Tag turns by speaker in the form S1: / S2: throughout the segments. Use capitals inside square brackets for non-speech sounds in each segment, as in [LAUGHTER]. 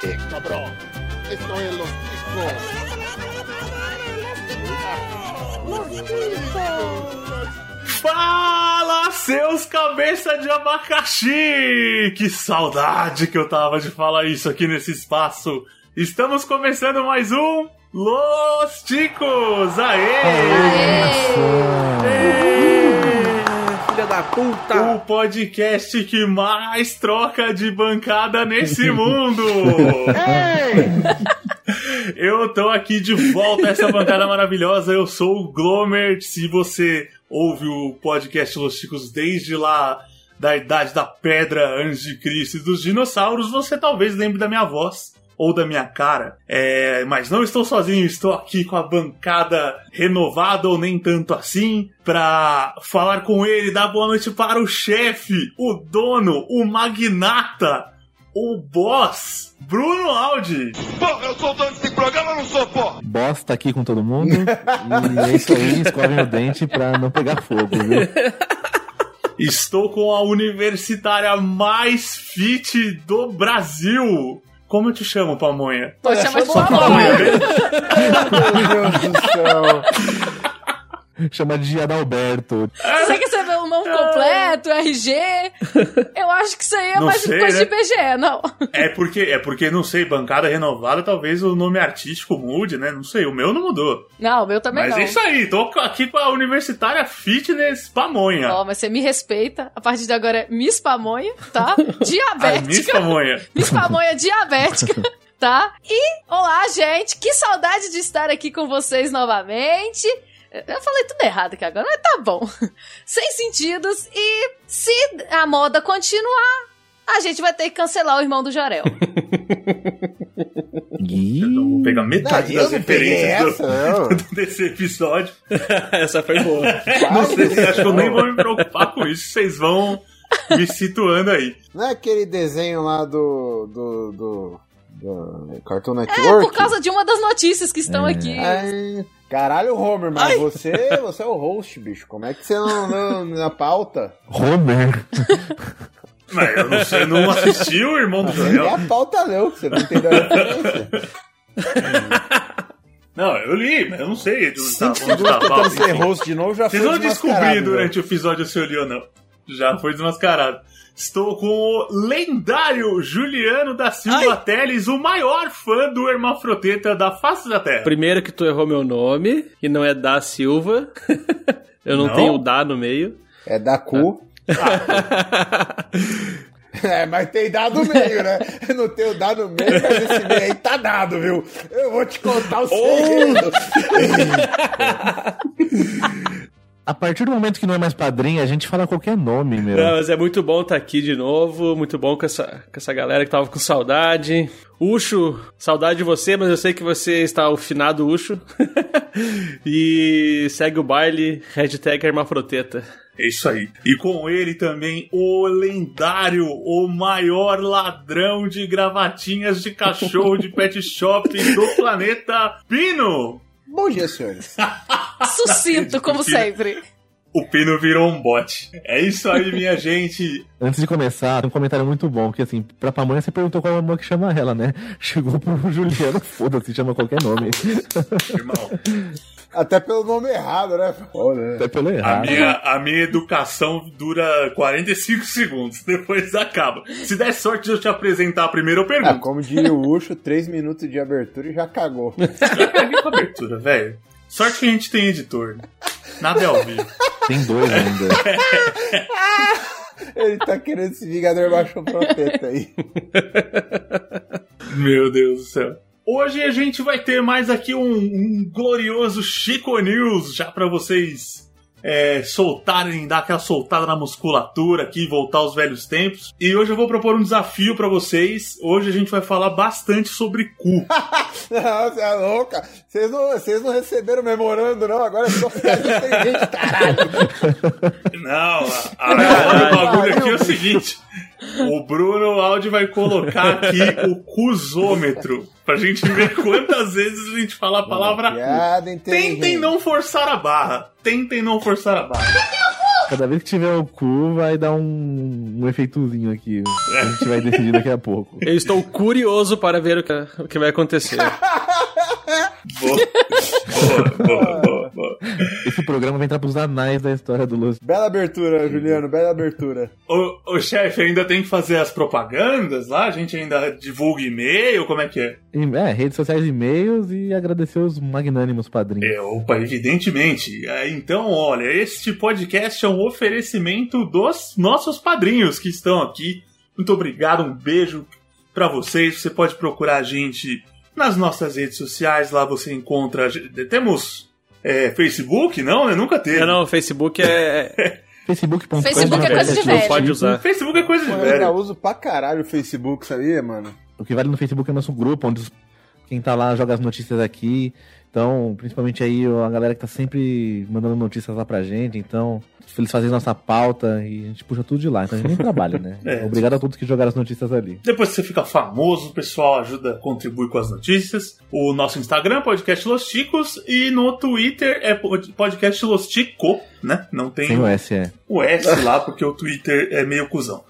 S1: qué, cabrón? Esto es los discos.
S2: Fala, seus cabeça de abacaxi! Que saudade que eu tava de falar isso aqui nesse espaço. Estamos começando mais um Los Ticos!
S3: Filha da puta!
S2: O podcast que mais troca de bancada nesse mundo! Eu tô aqui de volta a essa bancada maravilhosa. Eu sou o Glomer. Se você ouve o podcast Los Chicos desde lá da Idade da Pedra, antes de Cristo e dos dinossauros, você talvez lembre da minha voz ou da minha cara. É, mas não estou sozinho, estou aqui com a bancada renovada ou nem tanto assim pra falar com ele, dar boa noite para o chefe, o dono, o magnata, o boss, Bruno Aldi.
S1: Porra, eu sou dono desse programa ou não sou, porra?
S4: bosta aqui com todo mundo. e é isso
S5: [LAUGHS]
S4: aí, escovem o dente pra não pegar fogo, viu?
S2: Estou com a universitária mais fit do Brasil. Como eu te chamo, Pamonha?
S6: Pô, chama de
S4: só
S6: pamonha.
S4: Meu Deus do céu. Chama de Adalberto.
S6: Você quer saber o
S2: É.
S6: nome completo, RG? Eu acho que isso aí é
S2: Não
S6: mais
S2: sei,
S6: coisa
S2: né?
S6: de IBGE, não.
S2: É porque, é porque, não sei, bancada renovada, talvez o nome artístico mude, né? Não sei, o meu não mudou.
S6: Não, o meu também
S2: Mas
S6: não.
S2: é isso aí, tô aqui com a universitária fitness Pamonha.
S6: Ó, mas você me respeita. A partir de agora é Miss Pamonha,
S2: [LAUGHS] a
S6: tá?
S2: Miss
S6: Diabética.
S2: Pamonha.
S6: Miss
S2: [LAUGHS]
S6: Pamonha diabética, tá? E olá, gente. Que saudade de estar aqui com vocês novamente. Eu falei tudo errado aqui agora, mas tá bom. [LAUGHS] Sem sentidos. E se a moda continuar, a gente vai ter que cancelar o irmão do Jorel.
S4: Ih,
S2: Eu Então, vou pegar metade das referências do- [LAUGHS]
S4: não.
S2: desse episódio.
S3: [LAUGHS] Essa foi boa.
S2: Não sei, acho que eu nem vou me preocupar com isso, vocês vão me situando aí.
S5: Não é aquele desenho lá do. do. do. do Cartoon
S6: É,
S5: Network?
S6: por causa de uma das notícias que estão
S2: É.
S6: aqui.
S5: Ai, caralho, Homer, mas você, você é o host, bicho. Como é que você não. não- na pauta?
S4: Homer.
S2: Mas eu não sei, eu não assisti o irmão do
S5: Não é
S2: Jorel.
S5: a pauta, não, que você não entendeu a referência.
S2: Não, eu li, mas eu não sei de onde tá,
S5: Cinco
S2: onde
S5: segundos
S2: tá a pauta,
S5: tentando ser
S2: enfim.
S5: host de novo, já
S2: Vocês
S5: foi
S2: vão descobrir
S5: desmascarado, né?
S2: durante o episódio se eu li ou não. Já foi desmascarado. Estou com o lendário Juliano da Silva Teles, o maior fã do Hermafroteta da face da Terra.
S3: Primeiro que tu errou meu nome, que não é da Silva. [LAUGHS] Eu não,
S2: Não?
S3: tenho o da no
S5: velho.
S3: meio.
S5: É da cu.
S2: Ah.
S5: É, mas tem dado meio, né? Não tem o dado meio, mas esse meio aí tá dado, viu? Eu vou te contar
S2: Oh.
S5: o segredo.
S4: A partir do momento que não é mais padrinho, a gente fala qualquer nome, meu.
S3: Não, mas é muito bom estar aqui de novo, muito bom com essa, com essa galera que tava com saudade. Ucho, saudade de você, mas eu sei que você está o finado Ucho. [LAUGHS] e segue o baile, hashtag hermafroteta.
S2: É isso aí. E com ele também o lendário, o maior ladrão de gravatinhas de cachorro de pet shop do planeta, Pino!
S5: Bom dia, senhores. Ah, [LAUGHS]
S6: Sucinto, como sempre.
S2: O Pino virou um bot. É isso aí, minha gente.
S4: Antes de começar, tem um comentário muito bom, que assim, pra pamonha você perguntou qual é a mão que chama ela, né? Chegou pro Juliano, foda-se, chama qualquer
S5: [LAUGHS]
S4: nome.
S2: Irmão,
S5: Até pelo nome errado, né? Olha.
S4: Até pelo
S2: A
S4: errado.
S2: minha, a minha educação dura 45 segundos, [LAUGHS] depois acaba. Se der sorte de eu te apresentar primeiro, eu
S5: Ah,
S2: pergunto.
S5: como diria o Ucho, três minutos de abertura e já cagou.
S2: Já caguei com a abertura, velho. Sorte que a gente tem editor. né? Nada é ao vivo.
S4: Tem dois ainda.
S5: Ele tá querendo se vingar do Herbaixo Profeta aí.
S2: [LAUGHS] Meu Deus do céu. Hoje a gente vai ter mais aqui um, um glorioso Chico News, já pra vocês é, soltarem, dar aquela soltada na musculatura aqui, voltar aos velhos tempos. E hoje eu vou propor um desafio pra vocês. Hoje a gente vai falar bastante sobre cu.
S5: Não, você é louca. Vocês não, vocês não receberam memorando, não. Agora é só ficar inteligente, caralho.
S2: Não, a, a- a- o bagulho
S5: Caralho.
S2: aqui é o seguinte: o Bruno Aldi vai colocar aqui o cusômetro pra gente ver quantas vezes a gente fala a palavra cu.
S5: Piada inteligente.
S2: Tentem não forçar a barra. Tentem não forçar a barra.
S4: Cada vez que tiver o cu, vai dar um, um efeitozinho aqui. A gente vai decidir daqui a pouco.
S3: Eu estou curioso para ver o que, o que vai [LAUGHS] acontecer.
S2: Boa. boa, boa, boa, boa.
S4: Esse programa vai entrar pros anais da história do Lúcio.
S5: Bela abertura, Juliano, bela abertura.
S2: O, chefe ainda tem que fazer as propagandas lá? A gente ainda divulga e-mail? Como é que é?
S4: E- É, redes sociais, e-mails e agradecer os magnânimos padrinhos.
S2: É, opa, evidentemente. É, Então, olha, este podcast é um oferecimento dos nossos padrinhos que estão aqui. Muito obrigado, um beijo pra vocês. Você pode procurar a gente nas nossas redes sociais, lá você encontra. a gente- Temos é, Facebook? Não, né? Nunca teve.
S3: É, não, o Facebook é. é-
S4: Facebook.com.
S6: Facebook é coisa de
S4: barra
S6: velho.
S3: Não pode usar.
S2: Facebook é coisa de
S5: Pô, eu ainda
S2: velho.
S5: uso pra caralho o Facebook, sabia, mano?
S4: O que vale no Facebook é o nosso grupo, onde os- quem tá lá joga as notícias aqui. Então, principalmente aí ó, a galera que tá sempre mandando notícias lá pra gente. Então, eles fazem nossa pauta e a gente puxa tudo de lá. Então a gente nem trabalha, né?
S2: É.
S4: Obrigado a todos que jogaram as notícias ali.
S2: Depois que você fica famoso, o pessoal ajuda, contribui com as notícias. O nosso Instagram, Podcast Los Ticos, e no Twitter é pod- Podcast Los Tico, né? Não tem
S4: Sem o S, é.
S2: o S lá, porque o Twitter é meio cuzão.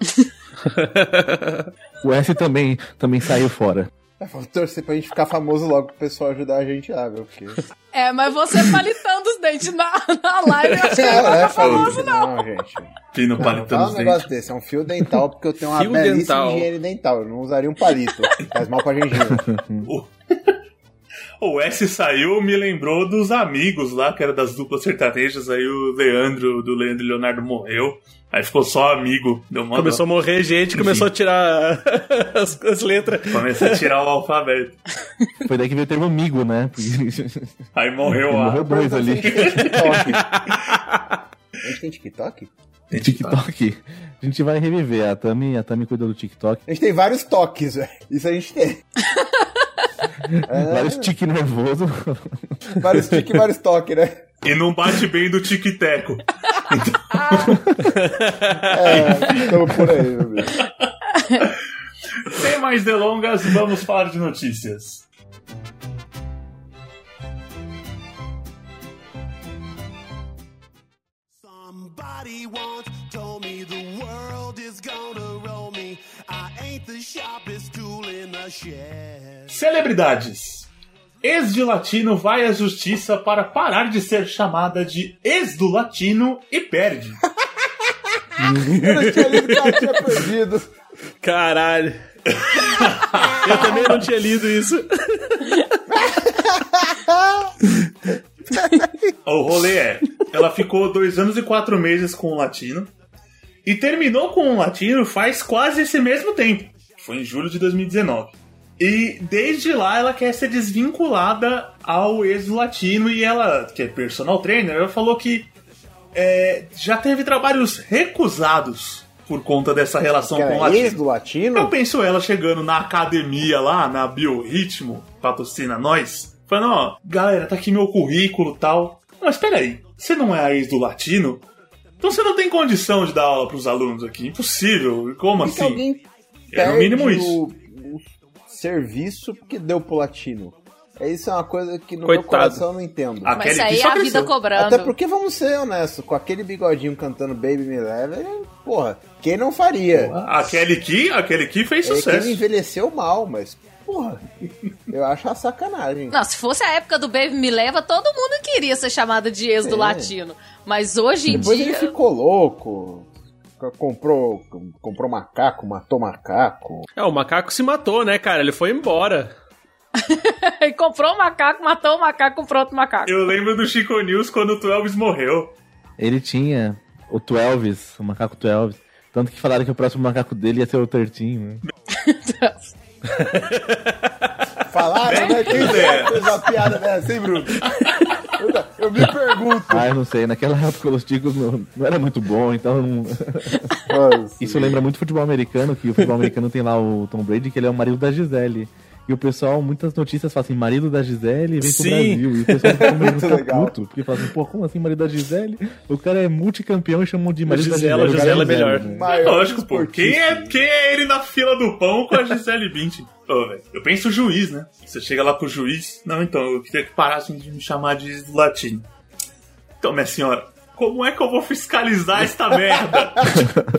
S4: O S também, também saiu fora.
S5: É, Vou torcer pra gente ficar famoso logo pro pessoal ajudar a gente lá, meu. Porque...
S6: É, mas você palitando os dentes na, na live, eu acho que ele não tá famoso, não.
S5: é Não, gente.
S2: Pino palitando
S5: Fala
S2: os
S5: um
S2: dentes.
S5: negócio desse, é um fio dental, porque eu tenho uma
S3: Fio
S5: belíssima
S3: dental.
S5: higiene dental. Eu não usaria um palito. Faz mal pra gengiva.
S2: O S saiu, me lembrou dos amigos lá, que era das duplas sertanejas. Aí o Leandro, do Leandro e Leonardo, morreu. Aí ficou só amigo. Deu mó dó.
S3: Começou a morrer gente, começou a tirar [LAUGHS] as, as letras.
S2: Começa a tirar o alfabeto.
S4: Foi daí que veio o termo amigo, né?
S2: Aí morreu a.
S4: Morreu dois ali.
S5: A gente tem TikTok. A gente tem TikTok?
S4: [LAUGHS] TikTok. A gente vai reviver. A Tami, a Tami cuida do TikTok.
S5: A gente tem vários toques, velho. Isso a gente tem.
S4: Vários tique nervoso.
S5: Vários tique e vários toques, né?
S2: E não bate bem do tic-teco.
S5: É, estamos por aí, meu amigo.
S2: Sem mais delongas, vamos falar de notícias.
S7: Somebody once told me the world is gonna roll me. I ain't the sharpest tool in the shed.
S2: Celebridades. Ex de latino vai à justiça para parar de ser chamada de ex do latino e perde.
S5: Eu não tinha lido que ela tinha perdido.
S3: Caralho. Eu também não tinha lido isso.
S2: O rolê é: ela ficou dois anos e quatro meses com o latino e terminou com o latino faz quase esse mesmo tempo. Foi em julho de 2019. E desde lá ela quer ser desvinculada ao ex do latino e ela, que é personal trainer, ela falou que é, já teve trabalhos recusados por conta dessa relação com o
S5: Era
S2: latino.
S5: ex do
S2: Eu
S5: latino?
S2: penso ela chegando na academia lá, na Biorritmo, patrocina nós, falando, ó, galera, tá aqui meu currículo e tal. Mas peraí, você não é a ex do latino? Então você não tem condição de dar aula pros alunos aqui. Impossível. Como
S5: E que
S2: assim?
S5: alguém
S2: É, no
S5: perde
S2: mínimo
S5: o, o serviço porque deu pro latino. É Isso é uma coisa que no meu
S3: Coitado.
S5: coração eu não entendo.
S2: Ah,
S6: Mas isso
S2: Kelly
S6: aí
S2: Key
S6: é
S2: só
S6: a vida
S2: cresceu.
S6: cobrando.
S5: Até porque, vamos ser honestos, com aquele bigodinho cantando Baby Me Leva, ele- porra, quem não faria?
S2: A Kelly Key, a Kelly Key fez
S5: É que ele
S2: sucesso.
S5: envelheceu mal, mas, porra, eu acho uma sacanagem.
S6: Não, se fosse a época do Baby Me Leva, todo mundo queria ser chamado de ex do
S5: É.
S6: latino. Mas hoje em
S5: Depois ele
S6: dia.
S5: ficou louco, c- comprou, comprou macaco, matou macaco.
S3: É, o macaco se matou, né, cara? Ele foi embora.
S6: Ele [LAUGHS] comprou um macaco, matou um macaco, comprou outro macaco.
S2: Eu lembro do Chico News quando o Twelves morreu.
S4: Ele tinha o Twelves, o macaco Twelves. Tanto que falaram que o próximo macaco dele ia ser o Tertinho. né?
S5: Falaram, né? Quem
S2: ideia.
S5: fez uma piada dessa, hein, Bruno? Eu, eu me pergunto.
S4: Ah, eu não sei. Naquela época os ticos não, não era muito bom, então... não- Isso lembra muito futebol americano, que o futebol americano tem lá o Tom Brady, que ele é o marido da Gisele. E o pessoal, muitas notícias falam assim, marido da Gisele vem pro
S3: Sim.
S4: Brasil. E o pessoal fica meio
S5: Muito
S4: fica
S5: legal.
S4: puto, porque fala assim, pô, como assim marido da Gisele? O cara é multicampeão e chamam de marido
S3: Gisela,
S4: da Gisele.
S3: Gisela é
S4: O cara
S3: melhor.
S4: Gisele, né?
S2: É
S5: Maior
S2: lógico, pô. Quem
S5: esportista.
S2: é, quem é ele na fila do pão com a Gisele Bündchen? Ô, velho, eu penso o juiz, né? Você chega lá pro juiz. Não, então, eu queria que parassem de me chamar de ex do latino. Então, minha senhora, Como é que eu vou fiscalizar
S3: [LAUGHS]
S2: esta merda?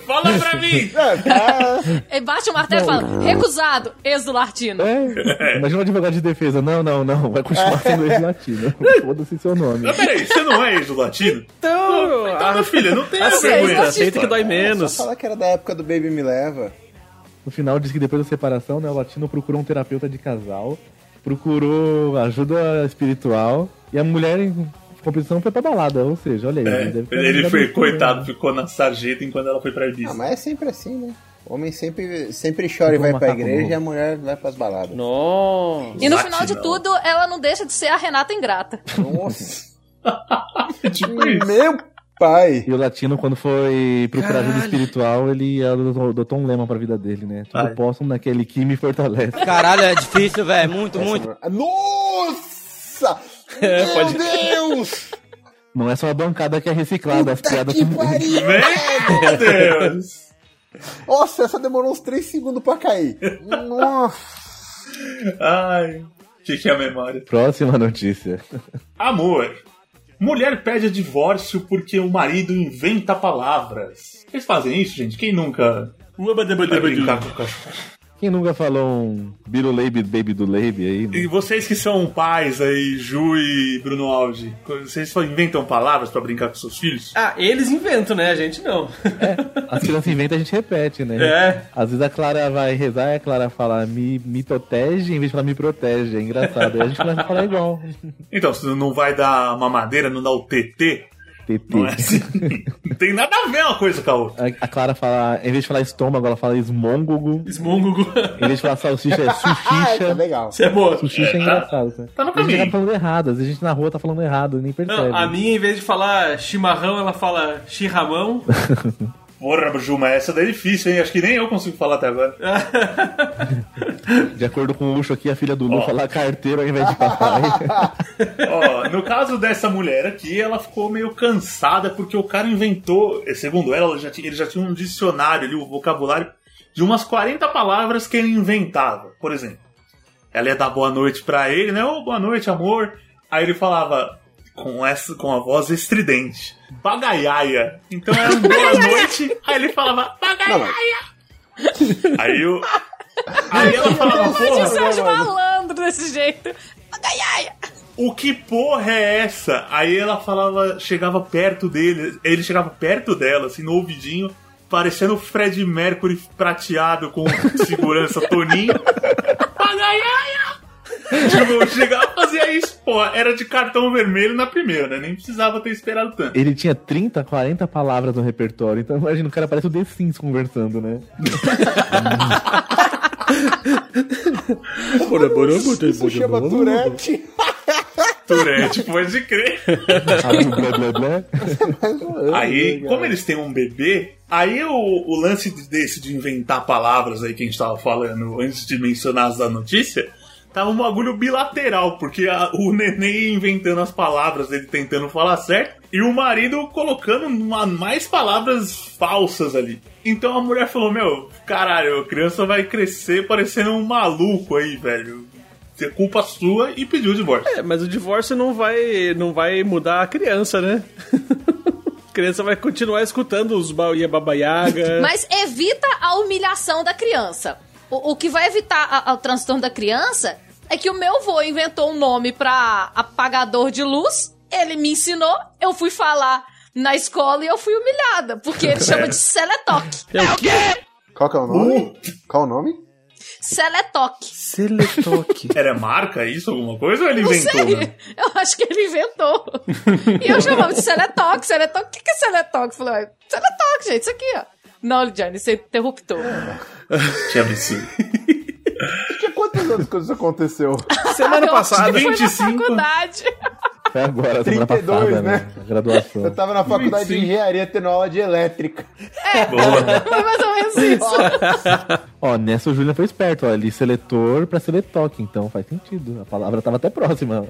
S2: Fala pra mim!
S5: É, tá-
S6: Ele bate o martelo e fala: recusado, ex do Latino.
S4: É, imagina um advogado de defesa. Não, não, não. Vai continuar sendo ex-latino. Foda-se seu nome.
S2: Mas peraí, você não é ex-latino?
S3: Então,
S2: Então, minha filha, não tem a
S6: aceita,
S2: vergonha.
S6: aceita
S2: dessa
S3: aceita que
S2: história.
S3: dói menos.
S5: Só falar que era da época do Baby Me Leva.
S4: No final diz que depois da separação, né, o latino procurou um terapeuta de casal, procurou ajuda espiritual e a mulher em competição foi pra balada, ou seja, olha aí. né,
S2: É,
S4: deve ter- um
S2: ele
S4: deve
S2: foi,
S4: ter- né?
S2: coitado, ficou na sarjeta enquanto ela foi pra
S5: Ah,
S2: Ibiza.
S5: mas é sempre assim, né? O homem sempre, sempre chora e
S4: Igual
S5: vai pra
S4: macaco
S5: igreja
S4: novo.
S5: e a mulher vai pras baladas.
S3: Nossa.
S6: E no
S2: Latinão.
S6: final de tudo, ela não deixa de ser a Renata ingrata.
S5: Nossa,
S2: tipo isso.
S5: meu pai!
S4: E o latino, quando foi procurar ajuda
S3: Caralho.
S4: espiritual, ele adotou adotou um lema pra vida dele, né? Tudo
S2: Ai.
S4: possum naquele que me fortalece.
S8: Caralho, é difícil, velho. Muito, muito.
S5: Nossa!
S3: É,
S5: meu
S3: pode-
S5: Deus!
S4: Não é só a bancada que é reciclada, as
S5: Puta
S4: piadas
S5: que
S4: são-
S5: pariu!
S3: Ah,
S2: Meu
S3: é.
S2: Deus!
S5: Nossa, essa demorou uns 3 segundos pra cair. [LAUGHS] Nossa!
S2: Ai, que que é a memória?
S4: [LAUGHS] Próxima notícia.
S2: Amor. Mulher pede divórcio porque o marido inventa palavras. Eles fazem isso, gente? Quem nunca vai brincar com o cachorro?
S4: Quem nunca falou um Biruleibe Baby do Leibe aí? né?
S2: E vocês que são pais aí, Ju e Bruno Aldi, vocês só inventam palavras pra brincar com seus filhos?
S3: Ah, eles inventam, né? A gente não.
S6: É.
S3: [LAUGHS]
S4: As crianças inventam, a gente repete, né?
S3: É.
S4: Às vezes a Clara vai rezar e a Clara fala me, me protege em vez de falar me protege. É engraçado. Aí a gente começa a falar igual.
S2: Então, se não vai dar mamadeira, não dá o TT,
S4: TT.
S2: não é assim? [LAUGHS] não tem nada a ver uma coisa com a outra.
S4: A- A Clara fala, em vez de falar estômago, ela fala esmôngogo.
S3: Esmungo.
S4: Em vez de falar salsicha, é
S5: Ah, tá
S4: suxixa.
S5: legal.
S3: Isso é boa.
S4: Suxixa é engraçado. Tá,
S2: tá no
S4: a gente
S2: caminho.
S4: tá falando errado. Às vezes a gente na rua tá falando errado e nem percebe.
S3: Não, a minha, em vez de falar chimarrão, ela fala chirramão.
S2: Porra, Ju, mas essa daí é difícil, hein? Acho que nem eu consigo falar até agora.
S4: De acordo com o Luxo aqui, a filha do Lu fala carteiro ao invés de
S2: [LAUGHS]
S4: papai.
S2: Ó, no caso dessa mulher aqui, ela ficou meio cansada porque o cara inventou, eh, segundo ela, ela já tinha- ele já tinha um dicionário ali, um vocabulário de umas 40 palavras que ele inventava. Por exemplo, ela ia dar boa noite pra ele, né? Ô, boa noite, amor. Aí ele falava com essa com a voz estridente. Bagaiaia. Então era um boa noite, aí ele falava bagaiaia. Aí eu Aí ela falava,
S6: Gente, o
S2: porra,
S6: Sérgio malandro desse jeito. Ai, ai, ai.
S2: o que porra é essa? Aí ela falava, chegava perto dele, ele chegava perto dela, assim, no ouvidinho, parecendo o Fred Mercury prateado com segurança Toninho. Pagaiaia! Tipo, chegava a fazer isso, pô, era de cartão vermelho na primeira, né? Nem precisava ter esperado tanto.
S4: Ele tinha 30, 40 palavras no repertório. Então imagina, o cara parece o The Sims conversando,
S3: [LAUGHS]
S4: né?
S5: Isso chama Durante.
S2: Turete, Né? Tipo, pode crer.
S4: Abre o blé, blé, blé.
S2: Aí, como eles têm um bebê, aí o, o lance de- desse de inventar palavras aí que a gente tava falando antes de mencionar as da notícia, tava um bagulho bilateral, porque a- o neném ia inventando as palavras, ele tentando falar certo, e o marido colocando uma- mais palavras falsas ali. Então a mulher falou, meu, caralho, a criança vai crescer parecendo um maluco aí, velho. É culpa sua e pediu o divórcio.
S3: É, mas o divórcio não vai, não vai mudar a criança, né? [LAUGHS] A criança vai continuar escutando os Bahia Baba Yaga.
S6: Mas evita a humilhação da criança. O, o que vai evitar a- a- o transtorno da criança é que o meu avô inventou um nome pra apagador de luz, ele me ensinou, eu fui falar na escola e eu fui humilhada, porque ele chama de Seletoque.
S3: É o quê?
S5: Qual que é o
S2: Um.
S5: nome? Qual o nome?
S6: Seletoque.
S3: Seletoque.
S2: Era marca isso, alguma coisa, ou ele
S6: Não
S2: inventou? né?
S6: sei,
S2: mesmo?
S6: [LAUGHS] eu acho que ele inventou. E eu chamava de Seletoque, Seletoque. O que, que é Seletoque? Falei, "Ué, Seletoque, gente, isso aqui, ó. Não, Lidiane, você interruptou.
S2: Que absurdo.
S5: Que quantos anos que isso aconteceu?
S3: Semana
S6: Eu
S3: passada.
S6: acho que foi na
S2: 25.
S6: faculdade. [LAUGHS]
S4: Foi agora, semana
S5: 32,
S4: passada,
S5: né?
S4: né? A graduação.
S5: [LAUGHS] Eu tava na faculdade de
S2: Sim.
S5: engenharia tendo aula de elétrica.
S2: Boa.
S6: Foi mais ou menos isso.
S4: Ó, nessa o Júlia foi esperto, ó. Ele seletor pra seletoque, então faz sentido. A palavra tava até próxima.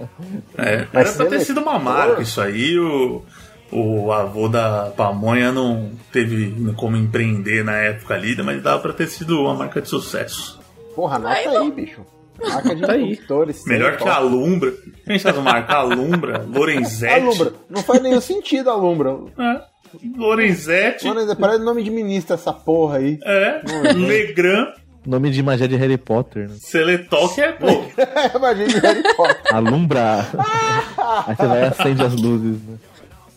S2: É,
S5: Mas assim,
S2: era pra ter
S5: ele-
S2: sido uma marca isso aí, o, o avô da pamonha não teve como empreender na época ali, mas dava pra ter sido uma marca de sucesso.
S5: Porra, anota aí, bicho. Marca de
S3: Tá aí.
S5: interruptores. sim,
S2: Melhor que a
S5: pô.
S2: Alumbra. A gente faz uma marca
S5: [LAUGHS]
S2: Alumbra, Lorenzetti.
S5: Alumbra. Não faz nenhum sentido, Alumbra.
S2: É. Lorenzetti.
S5: Mano, parece o nome de ministro essa porra aí. [LAUGHS]
S2: É. Legrand.
S4: Nome de magia de Harry Potter, né?
S2: Seletoque é, pô.
S5: [LAUGHS] Imagina Harry Potter.
S4: Alumbra. Aí você vai e acende as luzes, né?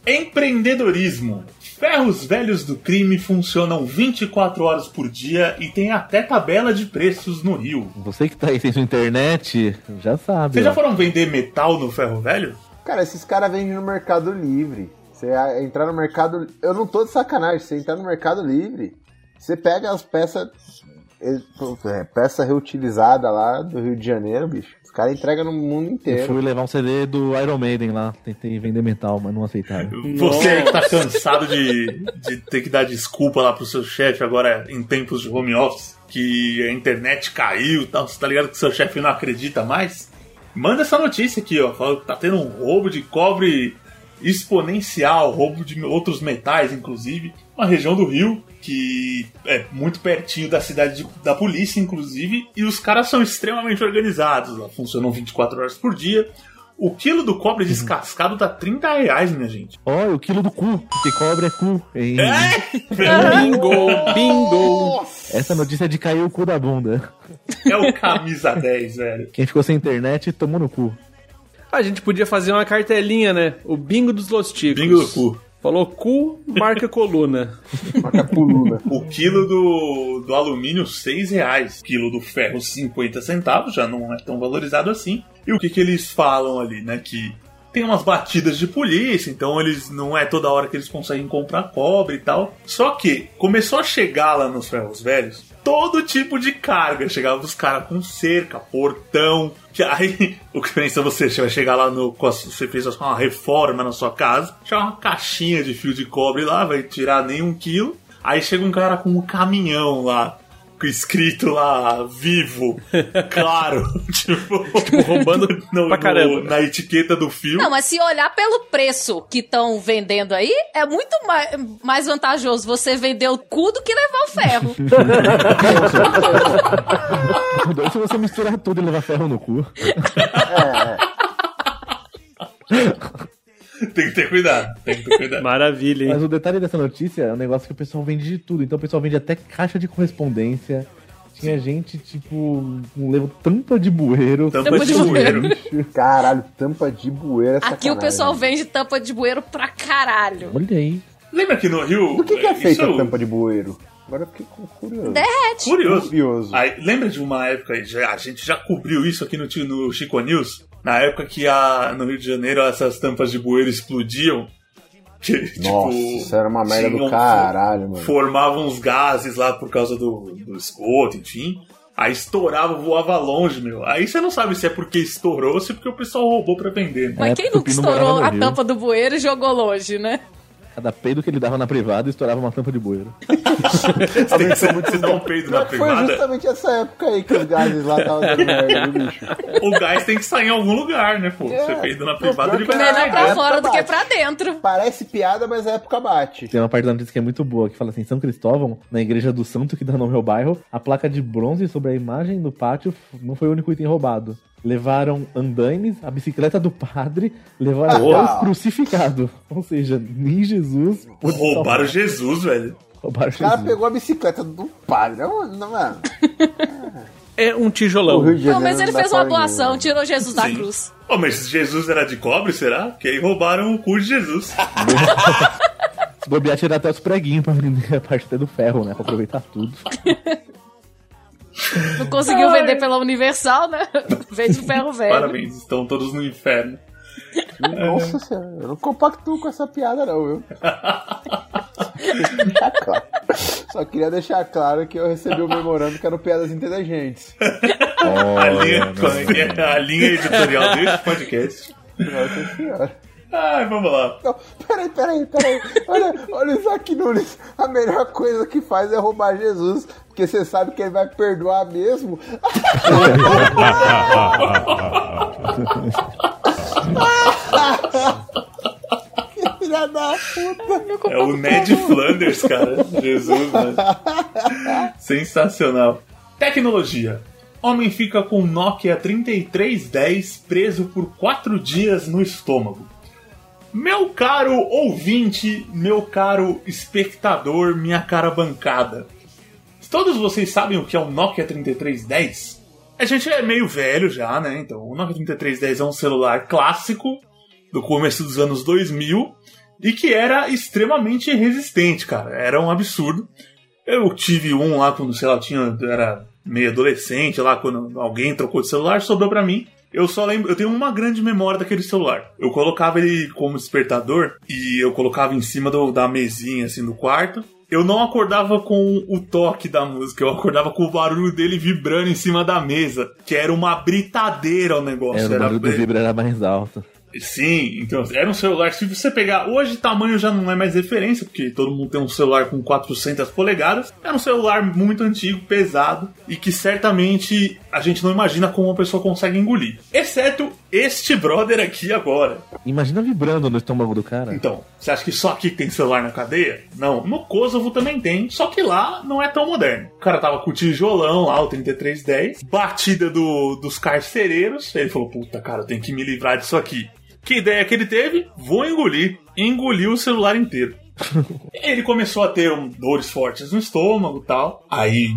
S2: Empreendedorismo. Ferros velhos do crime funcionam 24 horas por dia e tem até tabela de preços no Rio.
S4: Você que tá aí sem sua internet, já sabe.
S2: Vocês já
S4: ó.
S2: foram vender metal no ferro velho?
S5: Cara, esses caras vendem no Mercado Livre. Você a- entrar no Mercado... Eu não tô de sacanagem. Você entrar no Mercado Livre, você pega as peças... é, Peça reutilizada lá do Rio de Janeiro, bicho. Os caras entregam no mundo
S4: Eu
S5: inteiro.
S4: fui levar um CD do Iron Maiden lá, tentei vender metal, mas não aceitaram.
S2: Você aí que tá cansado de, de ter que dar desculpa lá pro seu chefe agora em tempos de home office, que a internet caiu e tal, você tá ligado que seu chefe não acredita mais? Manda essa notícia aqui, ó. Fala que tá tendo um roubo de cobre exponencial, roubo de outros metais, inclusive. Uma região do Rio que é muito pertinho da cidade de- da polícia, inclusive. E os caras são extremamente organizados. Lá. Funcionam 24 horas por dia. O quilo do cobre descascado tá 30 reais, minha gente.
S4: Ó, o quilo do cu, porque cobre é cu. hein?
S3: Bingo, bingo.
S4: Essa notícia é de cair o cu da bunda.
S2: É o camisa 10, velho.
S4: Quem ficou sem internet tomou no cu.
S3: A gente podia fazer uma cartelinha, né? O bingo dos losticos.
S2: Bingo do cu.
S3: Falou cu, marca coluna.
S5: [LAUGHS] Coluna.
S2: O quilo do, do alumínio, 6 reais. O quilo do ferro, 50 centavos. Já não é tão valorizado assim. E o que, que eles falam ali, né? Que tem umas batidas de polícia, então eles não é toda hora que eles conseguem comprar cobre e tal. Só que começou a chegar lá nos ferros velhos todo tipo de carga. Chegava os caras com cerca, portão. Que aí, [LAUGHS] o que pensa você? Você vai chegar lá no. com a- Você fez uma reforma na sua casa, chega uma caixinha de fio de cobre lá, vai tirar nem um quilo. Aí chega um cara com um caminhão lá, com escrito lá,
S3: [LAUGHS]
S2: vivo, claro. tipo,
S3: roubando
S2: [LAUGHS] no-
S3: pra caramba.
S2: no- na etiqueta do filme.
S6: Não, mas se olhar pelo preço que estão vendendo aí, é muito mais, mais vantajoso você vender o cu do que levar
S4: [LAUGHS]
S6: o ferro.
S4: O doido é se você misturar tudo e levar ferro no cu.
S5: É,
S2: Tem que ter cuidado, tem que ter cuidado.
S3: Maravilha, hein?
S4: Mas o detalhe dessa notícia é um negócio que o pessoal vende de tudo. Então o pessoal vende até caixa de correspondência. Tinha gente, tipo, um levo tampa de bueiro.
S2: Tampa de
S6: de bueiro.
S2: bueiro.
S5: é. Caralho, tampa de bueira. é
S6: Aqui o
S5: sacanagem.
S6: pessoal
S4: né?
S6: vende tampa de bueiro pra caralho.
S4: Olha aí.
S2: Lembra que no Rio.
S5: Do que, que é
S2: isso um
S5: feita
S2: eu-
S5: a tampa de bueiro? Agora eu fiquei cu- curioso.
S6: É.
S2: Curioso.
S5: Curioso.
S2: Aí, lembra de uma época, já- a gente já cobriu isso aqui no, Ti- no Chico News? Na época que a, no Rio de Janeiro essas tampas de bueiro explodiam. Que, tipo,
S5: Nossa, isso era uma merda
S2: tinham-
S5: do caralho, mano.
S2: Formavam uns gases lá por causa do, do esgoto, enfim. Aí estourava, voava longe, meu. Aí você não sabe se é porque estourou ou se é porque o pessoal roubou pra vender. né?
S6: Mas
S4: É,
S6: quem
S4: porque
S6: nunca
S4: o Pino morava
S6: estourou
S4: no
S6: a
S4: Rio.
S6: tampa do bueiro e jogou longe, né?
S4: Cada peido que ele dava na privada estourava uma tampa de bueiro.
S2: Você tem que ser muito se dá um peido na
S5: Foi
S2: privada.
S5: justamente essa época aí que os gases lá estavam dando merda, viu, bicho.
S2: O gás tem que sair em algum lugar, né, pô? Você peido na privada, ele vai
S6: Melhor pra
S5: é,
S6: fora do
S5: bate.
S6: que pra dentro.
S5: Parece piada, mas a época bate.
S4: Tem uma parte da notícia que é muito boa, que fala assim, São Cristóvão, na igreja do santo que dá nome ao bairro, a placa de bronze sobre a imagem do pátio f- não foi o único item roubado. Levaram andaimes, a bicicleta do padre, levaram
S5: Boa.
S4: até o crucificado. Ou seja, nem Jesus pôde
S2: Roubaram
S4: salvar.
S2: Jesus, velho.
S4: Roubaram
S5: O cara
S4: Jesus.
S5: pegou a bicicleta do padre. Não, não, mano.
S3: É um
S5: O Rio
S3: tijolão.
S5: de
S6: Não,
S5: Janeiro
S6: mas ele
S5: dá
S6: fez uma
S5: pra né?
S6: boa
S5: ninguém.
S6: ação, tirou Jesus da
S2: Sim.
S6: cruz.
S2: Ô, mas Jesus era de cobre, será? Que aí roubaram o cu de Jesus.
S4: Se bobear, tirar até os preguinhos pra vender a parte até do ferro, né? Pra aproveitar tudo.
S6: Não conseguiu vender pela Universal, né? Vende o ferro velho.
S2: Parabéns, estão todos no inferno.
S5: Nossa senhora, eu não compactuo com essa piada, não,
S6: [LAUGHS]
S5: viu? Tá claro. Só queria deixar claro que eu recebi o memorando que eram piadas inteligentes.
S2: a, linha, qual é que é [LAUGHS] a linha editorial desse podcast.
S5: Nossa senhora.
S2: Ai, vamos lá.
S5: Não, peraí, peraí, peraí. Olha, olha isso aqui, Nunes. A melhor coisa que faz é roubar Jesus, porque você sabe que ele vai perdoar mesmo. [LAUGHS] Que Filha da puta.
S2: É o Ned Flanders, cara. Jesus, mano. Sensacional. Tecnologia. Homem fica com Nokia 3310 preso por quatro dias no estômago. Meu caro ouvinte, meu caro espectador, minha cara bancada. Todos vocês sabem o que é um Nokia 3310? A gente é meio velho já, né? Então, o Nokia 3310 é um celular clássico do começo dos anos 2000 e que era extremamente resistente, cara. Era um absurdo. Eu tive um lá quando, sei lá, eu tinha, eu era meio adolescente, lá quando alguém trocou de celular, sobrou pra mim. Eu só lembro, eu tenho uma grande memória daquele celular. Eu colocava ele como despertador e eu colocava em cima do- da mesinha assim do quarto. Eu não acordava com o toque da música, eu acordava com o barulho dele vibrando em cima da mesa, que era uma britadeira o negócio. é,
S4: Era, É, o barulho do vibra era mais alto.
S2: Sim, então era um celular. Se você pegar hoje, tamanho já não é mais referência, porque todo mundo tem um celular com 400 polegadas. Era um celular muito antigo, pesado e que certamente a gente não imagina como uma pessoa consegue engolir. Exceto este brother aqui agora.
S4: Imagina vibrando no estômago do cara.
S2: Então, você acha que só aqui tem celular na cadeia? Não, no Kosovo também tem, só que lá não é tão moderno. O cara tava com o tijolão lá, o 3310, batida do, dos carcereiros. Ele falou: puta, cara, eu tenho que me livrar disso aqui. Que ideia que ele teve? Vou engolir. Engoliu o celular inteiro. Ele começou a ter um, dores fortes no estômago e tal. Aí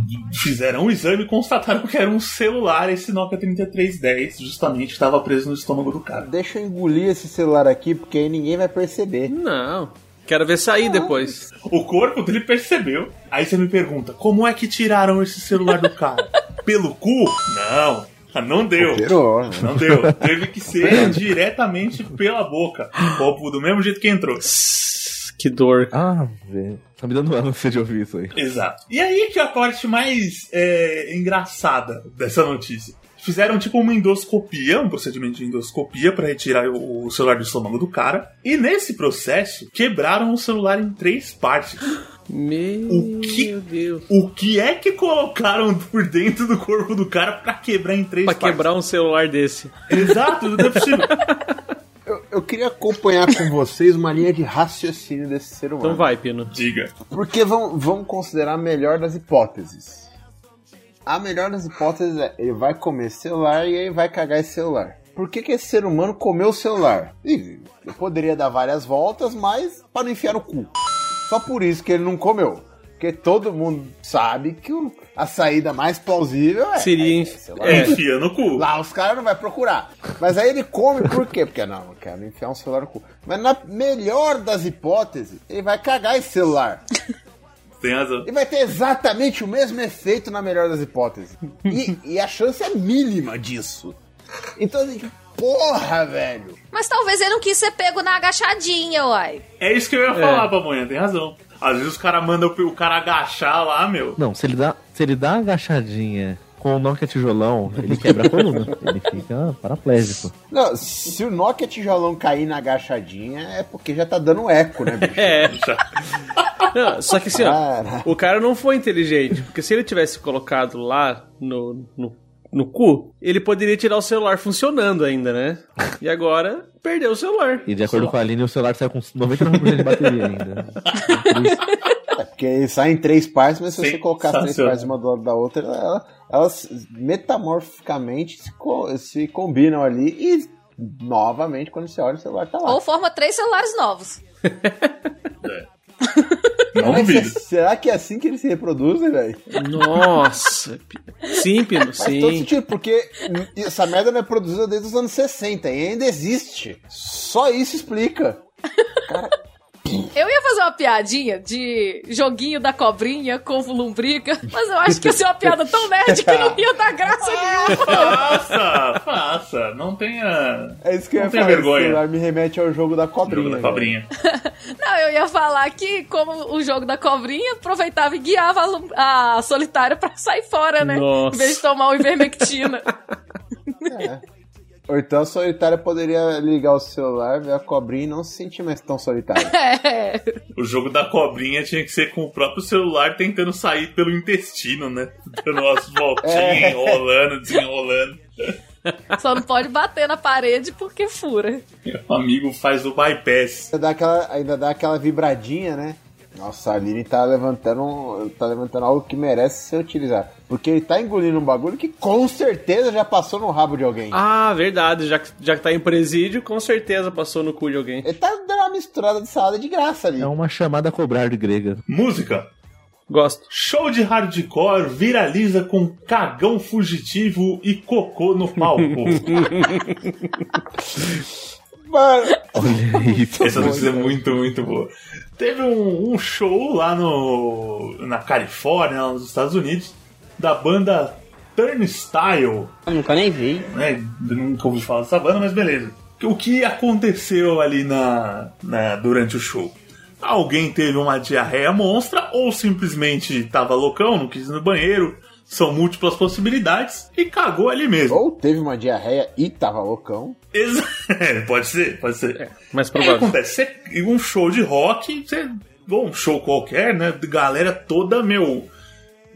S2: fizeram um exame e constataram que era um celular, esse Nokia 3310, justamente que estava preso no estômago do cara.
S5: Deixa eu engolir esse celular aqui, porque aí ninguém vai perceber.
S3: Não. Quero ver sair depois.
S2: O corpo dele percebeu. Aí você me pergunta, como é que tiraram esse celular do cara? Pelo cu? Não, Ah, não deu.
S5: Operou, né?
S2: Não deu. Teve que ser diretamente pela boca. O copo do mesmo jeito que entrou.
S3: Que dor.
S4: Ah, velho. Tá me dando ânsia de ouvir isso aí.
S2: Exato. E aí que é a parte mais é, engraçada dessa notícia. Fizeram tipo uma endoscopia, um procedimento de endoscopia para retirar o, o celular do estômago do cara. E nesse processo, quebraram o celular em três partes.
S3: Meu
S2: O que-
S3: Deus.
S2: O que é que colocaram por dentro do corpo do cara pra quebrar em três
S3: Pra
S2: partes?
S3: quebrar um celular desse.
S2: Exato, não é possível.
S5: Eu, eu queria acompanhar com vocês uma linha de raciocínio desse ser humano.
S3: Então vai, Pino.
S2: Diga.
S5: Porque vamos, vamos considerar a melhor das hipóteses. A melhor das hipóteses é ele vai comer celular e ele vai cagar esse celular. Por que, que esse ser humano comeu o celular? Ih, eu poderia dar várias voltas, mas para não enfiar no cu. Só por isso que ele não comeu. Porque todo mundo sabe que o- a saída mais plausível é.
S3: Seria
S5: é,
S3: enf-
S5: celular.
S3: É.
S2: Enfia no cu.
S5: Lá os caras não vai procurar. Mas aí ele come por quê? Porque não, eu quero enfiar um celular no cu. Mas na melhor das hipóteses, ele vai cagar esse celular.
S2: Tem razão.
S5: E vai ter exatamente o mesmo efeito na melhor das hipóteses. E,
S2: [LAUGHS]
S5: e a chance é mínima disso. Então, assim, porra, velho.
S6: Mas talvez ele não quis ser pego na agachadinha, uai.
S2: É isso que eu ia falar pra amanhã, tem razão. Às vezes os caras mandam o cara agachar lá, meu.
S4: Não, se ele dá, se ele dá uma agachadinha com o Nokia tijolão, ele quebra a coluna. ele fica paraplégico.
S5: Não, se o Nokia tijolão cair na agachadinha, é porque já tá dando eco,
S2: [LAUGHS]
S5: né, bicho?
S3: É. [LAUGHS] Não, só que assim, ó.
S5: Cara.
S3: O cara não foi inteligente. Porque se ele tivesse colocado lá no, no, no cu, ele poderia tirar o celular funcionando ainda, né? E agora, perdeu o celular.
S4: E de acordo com a Aline, o celular saiu com 99% de bateria ainda.
S5: É porque ele sai em três partes, mas se você
S2: Sim,
S5: colocar as três
S2: sensacional.
S5: partes uma do lado da outra, ela- elas metamorficamente se, co- se combinam ali e novamente, quando você olha, o celular tá lá.
S6: Ou forma três celulares novos.
S2: Não
S5: Será que é-
S2: duvido.
S5: será que é assim que eles se reproduzem, velho?
S3: Nossa. Sim, Pino,
S5: Faz todo
S3: sim.
S5: sentido, porque essa merda não é produzida desde os anos 60 e ainda existe. Só isso explica.
S6: Eu ia fazer uma piadinha de joguinho da cobrinha com lombriga, mas eu acho que ia ser uma piada tão nerd que não ia dar graça nenhuma.
S2: Faça, faça. Não tenha.
S5: É isso que eu
S2: Não
S5: ia
S2: tenha
S5: falar.
S2: vergonha.
S5: Esse celular me remete ao jogo da
S2: Jogo
S5: cobrinha.
S2: da cobrinha.
S6: Não, eu ia falar que, como o jogo da cobrinha, aproveitava e guiava a lum- a, solitária pra sair fora, né?
S3: Nossa.
S6: Em vez de tomar o ivermectina.
S5: velho. Ou então a solitária poderia ligar o celular, ver a cobrinha e não se sentir mais tão solitária.
S6: é.
S2: O jogo da cobrinha tinha que ser com o próprio celular tentando sair pelo intestino, né? Dando umas voltinhas,
S5: É.
S2: enrolando, desenrolando.
S6: Só não pode bater na parede porque fura.
S2: O amigo faz o bypass.
S5: Ainda dá aquela, ainda dá aquela vibradinha, né? Nossa, a Lili tá levantando, tá levantando algo que merece ser utilizado. Porque ele tá engolindo um bagulho que com certeza já passou no rabo de alguém.
S3: Ah, verdade. Já que, já que tá em presídio, com certeza passou no cu de alguém.
S5: Ele tá dando uma misturada de salada de graça ali.
S4: É uma chamada a cobrar de grega.
S2: Música.
S3: Gosto.
S2: Show de hardcore viraliza com cagão fugitivo e cocô no palco.
S5: Mano,
S4: Olha isso.
S2: Essa notícia é muito, muito boa. Teve um, um show lá no, na Califórnia, lá nos Estados Unidos, da banda Turnstile.
S8: Eu nunca nem vi.
S2: né? Nunca ouvi falar dessa banda, mas beleza. O que aconteceu ali na, na- durante o show? Alguém teve uma diarreia monstra ou simplesmente tava loucão, não quis ir no banheiro. São múltiplas possibilidades e cagou ali mesmo.
S8: Oh.
S5: ou teve uma diarreia e tava loucão.
S2: Exa- [LAUGHS] É, pode ser, pode ser.
S3: Mais
S2: O que
S3: provável.
S2: É, acontece? Você, em um show de rock, você, bom, um show qualquer, né? Galera toda, meu.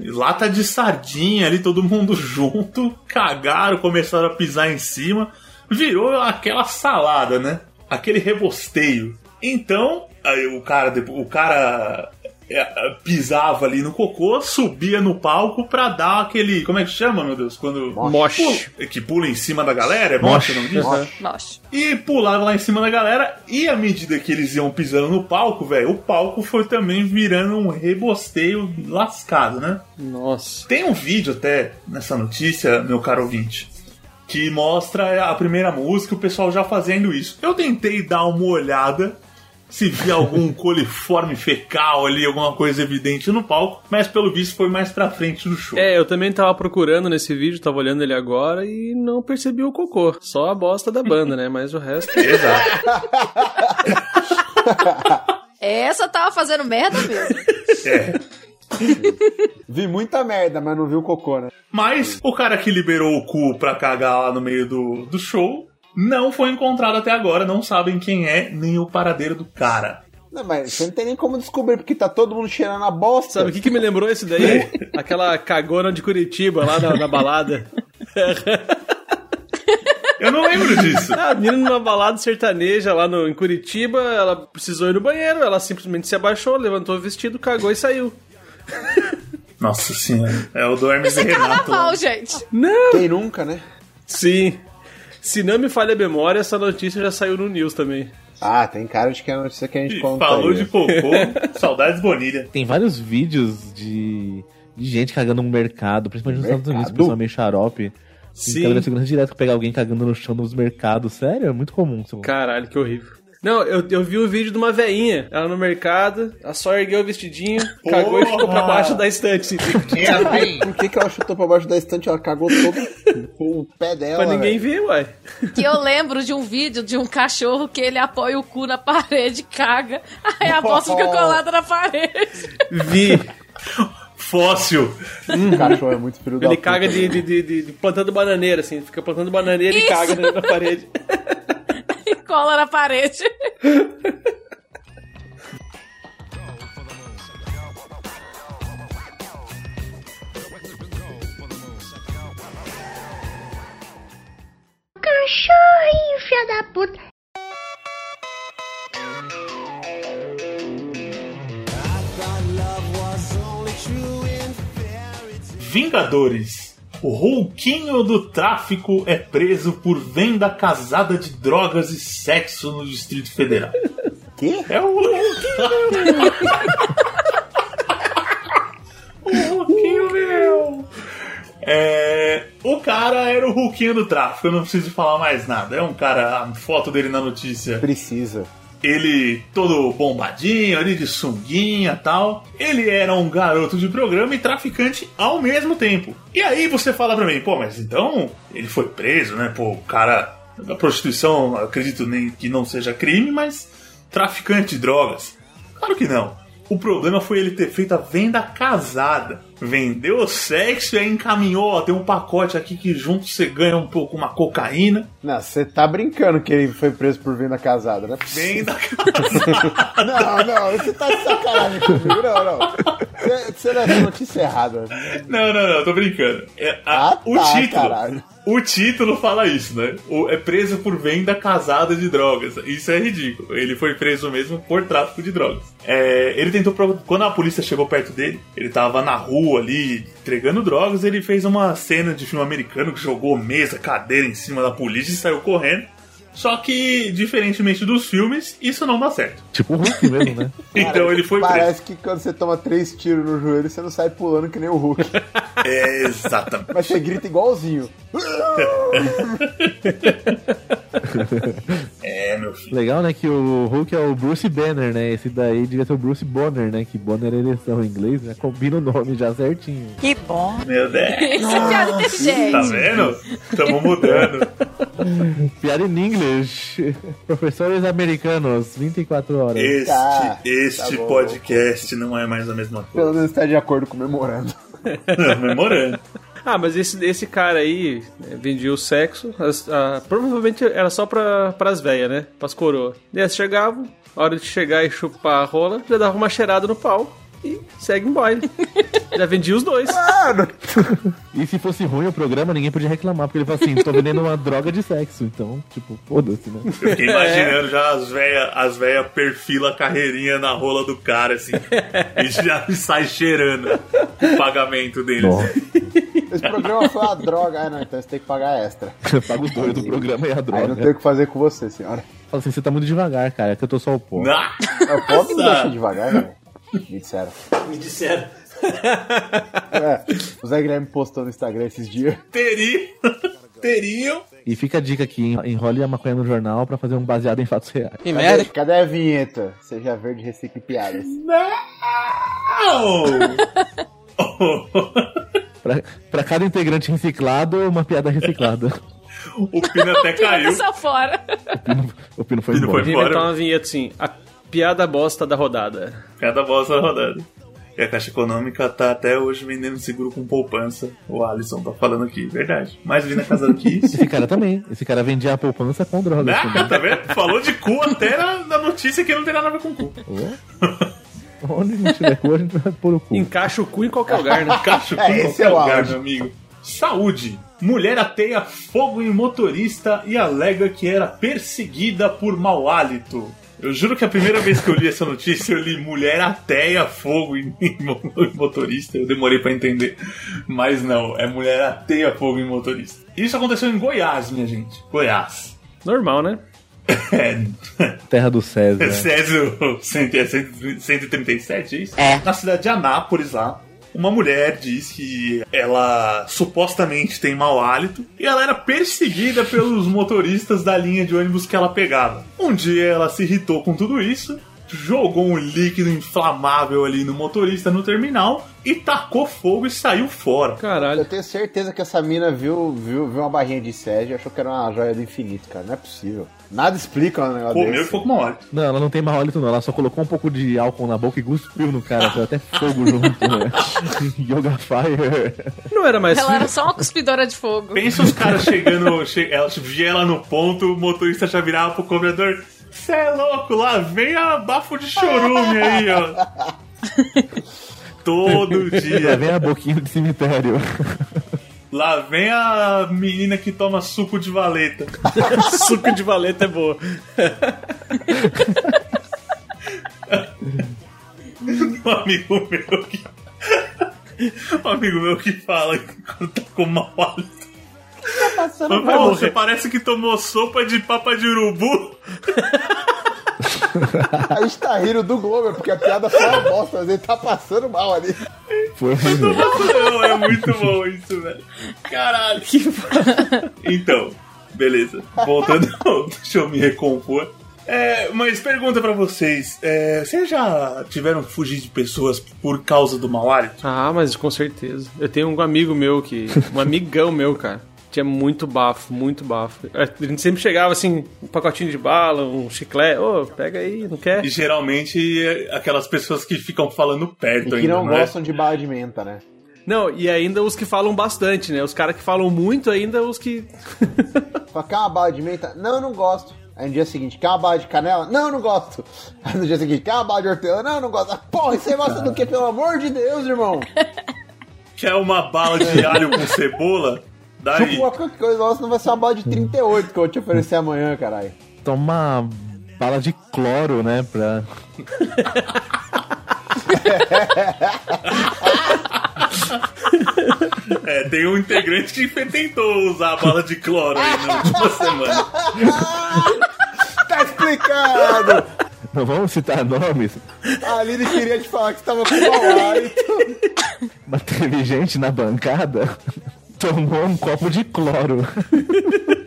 S2: Lata de sardinha ali, todo mundo [LAUGHS] junto, cagaram, começaram a pisar em cima, virou aquela salada, né? Aquele rebosteio. Então, aí o cara, depo- o cara é, é, pisava ali no cocô, subia no palco pra dar aquele. Como é que chama, meu Deus? Quando.
S3: Mosh.
S2: Pula- que pula em cima da galera? É mosh,
S4: Mosh.
S2: não diz?
S3: Aham.
S6: Nossa.
S2: E pularam lá em cima da galera. E à medida que eles iam pisando no palco, velho, o palco foi também virando um rebosteio lascado, né?
S3: [LAUGHS] Nossa.
S2: Tem um vídeo até nessa notícia, meu caro ouvinte, que mostra a primeira música, o pessoal já fazendo isso. Eu tentei dar uma olhada se vi algum [LAUGHS] coliforme fecal ali, alguma coisa evidente no palco, mas pelo visto foi mais pra frente do show.
S3: É, eu também tava procurando nesse vídeo, tava olhando ele agora e não percebi o cocô. Só a bosta da banda, né? Mas o resto. [LAUGHS]
S2: Exato.
S6: Essa tava fazendo merda mesmo.
S2: É.
S5: Vi muita merda, mas não vi o cocô, né?
S2: Mas o cara que liberou o cu pra cagar lá no meio do, do show não foi encontrado até agora, não sabem quem é nem o paradeiro do cara.
S5: Não, mas você não tem nem como descobrir, porque tá todo mundo cheirando a bosta.
S3: Sabe o que, que me lembrou esse daí? Aquela cagona de Curitiba lá na, na balada.
S2: Eu não lembro disso.
S3: Ah, A menina numa balada sertaneja lá no, em Curitiba, ela precisou ir no banheiro, ela simplesmente se abaixou, levantou o vestido, cagou e saiu.
S2: Nossa senhora. É o do Hermes
S6: Isso
S2: e
S6: é [LAUGHS]
S2: Renato. lá.
S6: carnaval, gente.
S3: Não!
S5: Quem nunca, né?
S3: Sim. Se não me falha a memória, essa notícia já saiu no news também.
S5: Ah, tem cara de que é a notícia que a gente
S2: E
S5: conta.
S2: Falou
S5: aí,
S2: de
S5: né?
S2: cocô, saudades Bonilha.
S4: Tem vários vídeos de, de gente cagando no mercado, principalmente nos Estados
S5: Mercado?
S4: Unidos, o pessoal meio xarope. Tem câmera
S3: Sim.
S4: de segurança direto pegar alguém cagando no chão nos mercados. Sério, é muito comum. seu-
S3: Caralho, que horrível. Não, eu, eu vi o vídeo de uma veinha. Ela no mercado, ela só ergueu o vestidinho, cagou e ficou pra
S2: Porra!
S3: baixo da [LAUGHS] estante. assim,
S5: Por que, que ela chutou pra baixo da estante? Ela cagou todo com o pé dela.
S3: pra Tipo, ninguém
S5: velho.
S3: ver, uai.
S6: Que eu lembro de um vídeo de um cachorro que ele apoia o cu na parede, caga, aí a bosta fica colada na parede. [LAUGHS]
S3: Vi.
S2: Fóssil.
S5: O cachorro é muito filho da
S3: Ele
S5: puta.
S3: caga de, de, de- de- de plantando bananeira, assim. Fica plantando bananeira e
S6: Isso.
S3: caga na- na parede.
S6: E cola na parede.
S9: Cachorrinho, filha da puta.
S2: Vingadores. O rouquinho do tráfico é preso por venda casada de drogas e sexo no Distrito Federal.
S5: Quê?
S2: É o Hulk. o Hulkinho, meu. É, o cara era o Hulkinho do tráfico, eu não preciso falar mais nada. É um cara, a foto dele na notícia
S5: Precisa.
S2: ele todo bombadinho, ali de sunguinha e tal. Ele era um garoto de programa e traficante ao mesmo tempo. E aí você fala pra mim, pô, mas então ele foi preso, né? Pô, o cara da prostituição, acredito nem que não seja crime, mas traficante de drogas. Claro que não. O problema foi ele ter feito a venda casada. vendeu o sexo e aí encaminhou, ó, tem um pacote aqui que junto você ganha um pouco uma cocaína.
S5: Não, você tá brincando que ele foi preso por venda casada, né?
S2: Vem da
S5: Não, não, você tá de sacanagem comigo. Não, não. Você- Você leu a notícia errada.
S2: Não, não, não, tô brincando. É, a-
S5: Ah,
S2: o
S5: tá,
S2: título.
S5: caralho.
S2: O título fala isso, né? O- é preso por venda casada de drogas. Isso é ridículo. Ele foi preso mesmo por tráfico de drogas. É, ele tentou. pro- Quando a polícia chegou perto dele, ele tava na rua ali entregando drogas. Ele fez uma cena de filme americano que jogou mesa, cadeira em cima da polícia e saiu correndo. Só que, diferentemente dos filmes, isso não dá certo.
S4: Tipo o Hulk mesmo, né?
S2: Então ele foi preso.
S5: Parece que quando você toma três tiros no joelho, você não sai pulando que nem o Hulk.
S2: É, exatamente.
S5: Mas você
S2: [LAUGHS]
S5: grita igualzinho.
S2: É, meu filho.
S4: Legal, né? Que o Hulk é o Bruce Banner, né? Esse daí devia ser o Bruce Bonner, né? Que Bonner é ereção em inglês, né? Combina o nome já certinho.
S10: Que bom.
S2: Meu Deus.
S6: Isso é piada inteligente.
S2: Tá vendo? Tamo mudando.
S5: Tá,
S4: Piada in English. [LAUGHS] Professores americanos, 24 horas.
S2: Este,
S5: Tá,
S2: este
S5: tá bom.
S2: podcast não é mais a mesma coisa.
S5: Pelo menos tá de acordo com o memorando.
S2: Memorando.
S3: [LAUGHS] Ah, mas esse, esse cara aí né, vendia o sexo. as- a- provavelmente era só pra, pras velhas, né? Pras coroas. E elas chegavam, a hora de chegar e chupar a rola, já dava uma cheirada no pau e segue um baile. já vendia os dois.
S4: E se fosse ruim o programa, ninguém podia reclamar, porque ele fala assim, tô vendendo uma droga de sexo. Então, tipo, foda-se, né?
S2: Eu fiquei imaginando já as velhas as véia perfila a carreirinha na rola do cara, assim. E já sai cheirando o pagamento deles.
S5: Esse programa foi uma droga. Ah, não, então você tem que pagar extra.
S4: Paga os dois do programa e a
S5: Aí não
S4: droga.
S5: tem o que fazer com você, senhora.
S4: Fala assim, você tá muito devagar, cara, que eu tô só o pó.
S2: Ah,
S5: O pobre me deixa devagar, velho. Me disseram.
S8: Me disseram.
S5: É, o Zé Guilherme postou no Instagram esses dias.
S2: teriam. [LAUGHS] Teriam.
S4: E fica a dica aqui, hein? enrole a maconha no jornal pra fazer um baseado em fatos reais.
S8: Que merda.
S5: Cadê a vinheta? Seja verde, recicle piadas.
S2: Não!
S4: Pra, pra cada integrante reciclado, uma piada reciclada.
S2: [LAUGHS] O Pino até
S6: Piada
S2: caiu.
S6: só fora.
S4: O Pino foi
S2: Pino
S4: embora.
S2: foi-
S3: Podia inventar
S2: Bora.
S3: uma vinheta assim, a piada bosta da rodada.
S2: Cada voz da rodada. E a Caixa Econômica tá até hoje vendendo seguro com poupança. O Alisson tá falando aqui, verdade. Mais linda casa do que isso.
S4: Esse cara também. Esse cara vendia a poupança com assim.
S2: [LAUGHS]
S4: drogas
S2: Ah,
S4: também.
S2: tá vendo? Falou de cu até na, na notícia que não tem nada a ver com cu.
S4: Ô, Onde não tiver cor, a gente vai pôr o cu.
S3: Encaixa o cu em qualquer lugar, né?
S2: Cacho cu
S5: É,
S2: em
S5: esse
S2: qualquer
S5: é o
S2: lugar,
S5: auge.
S2: meu amigo. Saúde. Mulher ateia fogo em motorista e alega que era perseguida por mau hálito. Eu juro que a primeira vez que eu li essa notícia, eu li mulher ateia fogo em [LAUGHS] em mo- em motorista. Eu demorei pra entender. Mas não, é mulher ateia fogo em motorista. Isso aconteceu em Goiás, minha gente. Goiás.
S3: [LAUGHS]
S2: [LAUGHS]
S3: Normal, né?
S2: É,
S4: Terra do César.
S2: É [LAUGHS] Césio 100 é 100 137, é isso?
S10: É.
S2: Na cidade de Anápolis, lá, uma mulher diz que ela supostamente tem mau hálito e ela era perseguida pelos motoristas da linha de ônibus que ela pegava. Um dia ela se irritou com tudo isso, jogou um líquido inflamável ali no motorista no terminal e tacou fogo e saiu fora.
S5: Eu
S3: Caralho.
S5: tenho certeza que essa mina viu, viu, viu uma barrinha de Sérgio e achou que era uma joia do infinito, cara. Não é possível. Nada explica um negócio
S2: Comeu e
S5: desse.
S2: ficou com mau hálito.
S4: Não, ela não tem maólito não. Ela só colocou um pouco de álcool na boca e cuspiu no cara. Foi até fogo junto, né? Yoga Fire.
S3: Não era mais
S6: Ela era só uma cuspidora de fogo.
S2: Pensa os caras chegando, che ela tipo, via ela no ponto, o motorista já virava pro cobrador. Cê é louco, lá vem a bafo de chorume aí, ó. Todo
S4: Lá
S2: dia.
S4: É, vem a boquinha de cemitério.
S2: Lá vem a menina que toma suco de valeta.
S3: [LAUGHS] suco de valeta é boa.
S2: Um amigo meu que. [LAUGHS] Um amigo meu que fala que quando tá com mau hálito. Fala, "Pô, Você parece que tomou sopa de papa de urubu.
S5: A gente tá rindo do Glomer, porque a piada foi uma bosta, mas ele tá passando mal ali.
S4: Foi horrível.
S2: Não, é muito bom isso, velho. Caralho. Então, beleza. Voltando, [LAUGHS] deixa eu me recompor. É, mas pergunta pra vocês: é, vocês já tiveram que fugir de pessoas por causa do mau hálito?
S3: Ah, mas com certeza. Eu tenho um amigo meu que. Um amigão meu, cara. Tinha muito bafo, muito bafo. A gente sempre chegava assim, um pacotinho de bala, um chiclete. Ô, pega aí, não quer?
S2: E geralmente é aquelas pessoas que ficam falando perto
S5: E que
S2: ainda.
S5: não
S2: é?
S5: gostam de bala de menta, né?
S3: Não, e ainda os que falam bastante, né? Os caras que falam muito ainda, os que. [LAUGHS]
S5: Fala, quer uma bala de menta? Não, eu não gosto. Aí no dia seguinte, quer uma bala de canela? Não, eu não gosto. Aí no dia seguinte, quer uma bala de hortelã? Não, eu não gosto. Ah, Porra, você gosta do que, pelo amor de Deus, irmão?
S2: Quer é uma bala de alho com cebola? Daí.
S5: Chupa qualquer coisa, nossa, não vai ser uma bala de 38 que eu vou te oferecer amanhã, caralho.
S4: Toma bala de cloro, né? Pra...
S2: É, tem um integrante que tentou usar a bala de cloro aí na
S5: [LAUGHS]
S2: última semana.
S5: Tá explicado!
S4: Não vamos citar nomes,
S5: A Aline queria te falar que você tava com mau hálito.
S4: mas teve gente na bancada tomou um copo de cloro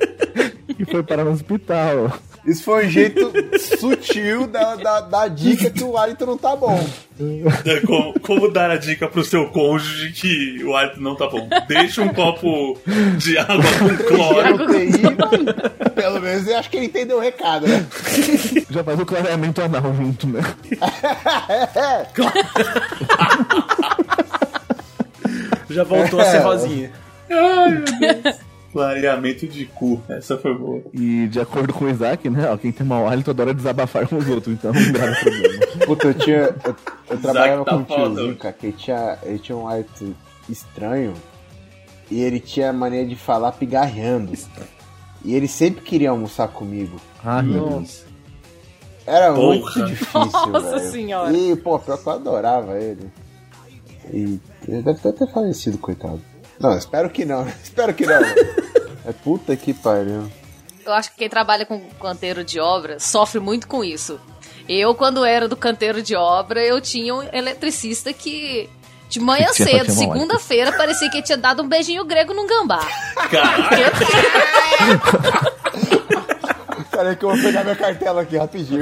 S4: [LAUGHS] e foi parar no hospital.
S5: Isso foi um jeito sutil da, da, da dica que o hálito não tá bom.
S2: É, Como, como dar a dica pro seu cônjuge que o hálito não tá bom? Deixa um copo de água com
S6: [LAUGHS]
S2: cloro.
S5: UTI, [LAUGHS] pelo menos eu acho que ele entendeu o recado, né?
S4: Já faz o clareamento anal junto, né?
S3: Já voltou a ser rosinha.
S2: Clareamento de cu. Essa foi boa.
S4: E de acordo com o Isaac, né? Ó, quem tem mau hálito adora desabafar com os outros, então não dá problema.
S5: Puta, eu tinha. Eu, eu trabalhava
S2: tá
S5: com um
S2: foda.
S5: tiozinho, cara, que ele tinha, ele tinha um hábito estranho e ele tinha a mania de falar pigarreando. E ele sempre queria almoçar comigo.
S4: [LAUGHS] Ah, meu Deus.
S5: Era
S2: Porra.
S5: muito difícil,
S6: Nossa
S5: velho.
S6: Senhora.
S5: E, pô, pior que eu adorava ele. E ele deve ter até falecido, coitado. Não, espero que não. [LAUGHS] Espero que não. é puta que pariu.
S6: Eu acho que quem trabalha com canteiro de obra sofre muito com isso. Eu, quando era do canteiro de obra, eu tinha um eletricista que. De manhã
S4: Tinha
S6: cedo,
S4: Fatima White.
S6: segunda-feira, parecia que ele tinha dado um beijinho grego num gambá.
S2: Caralho,
S5: Peraí é que eu vou pegar minha cartela aqui [LAUGHS] rapidinho.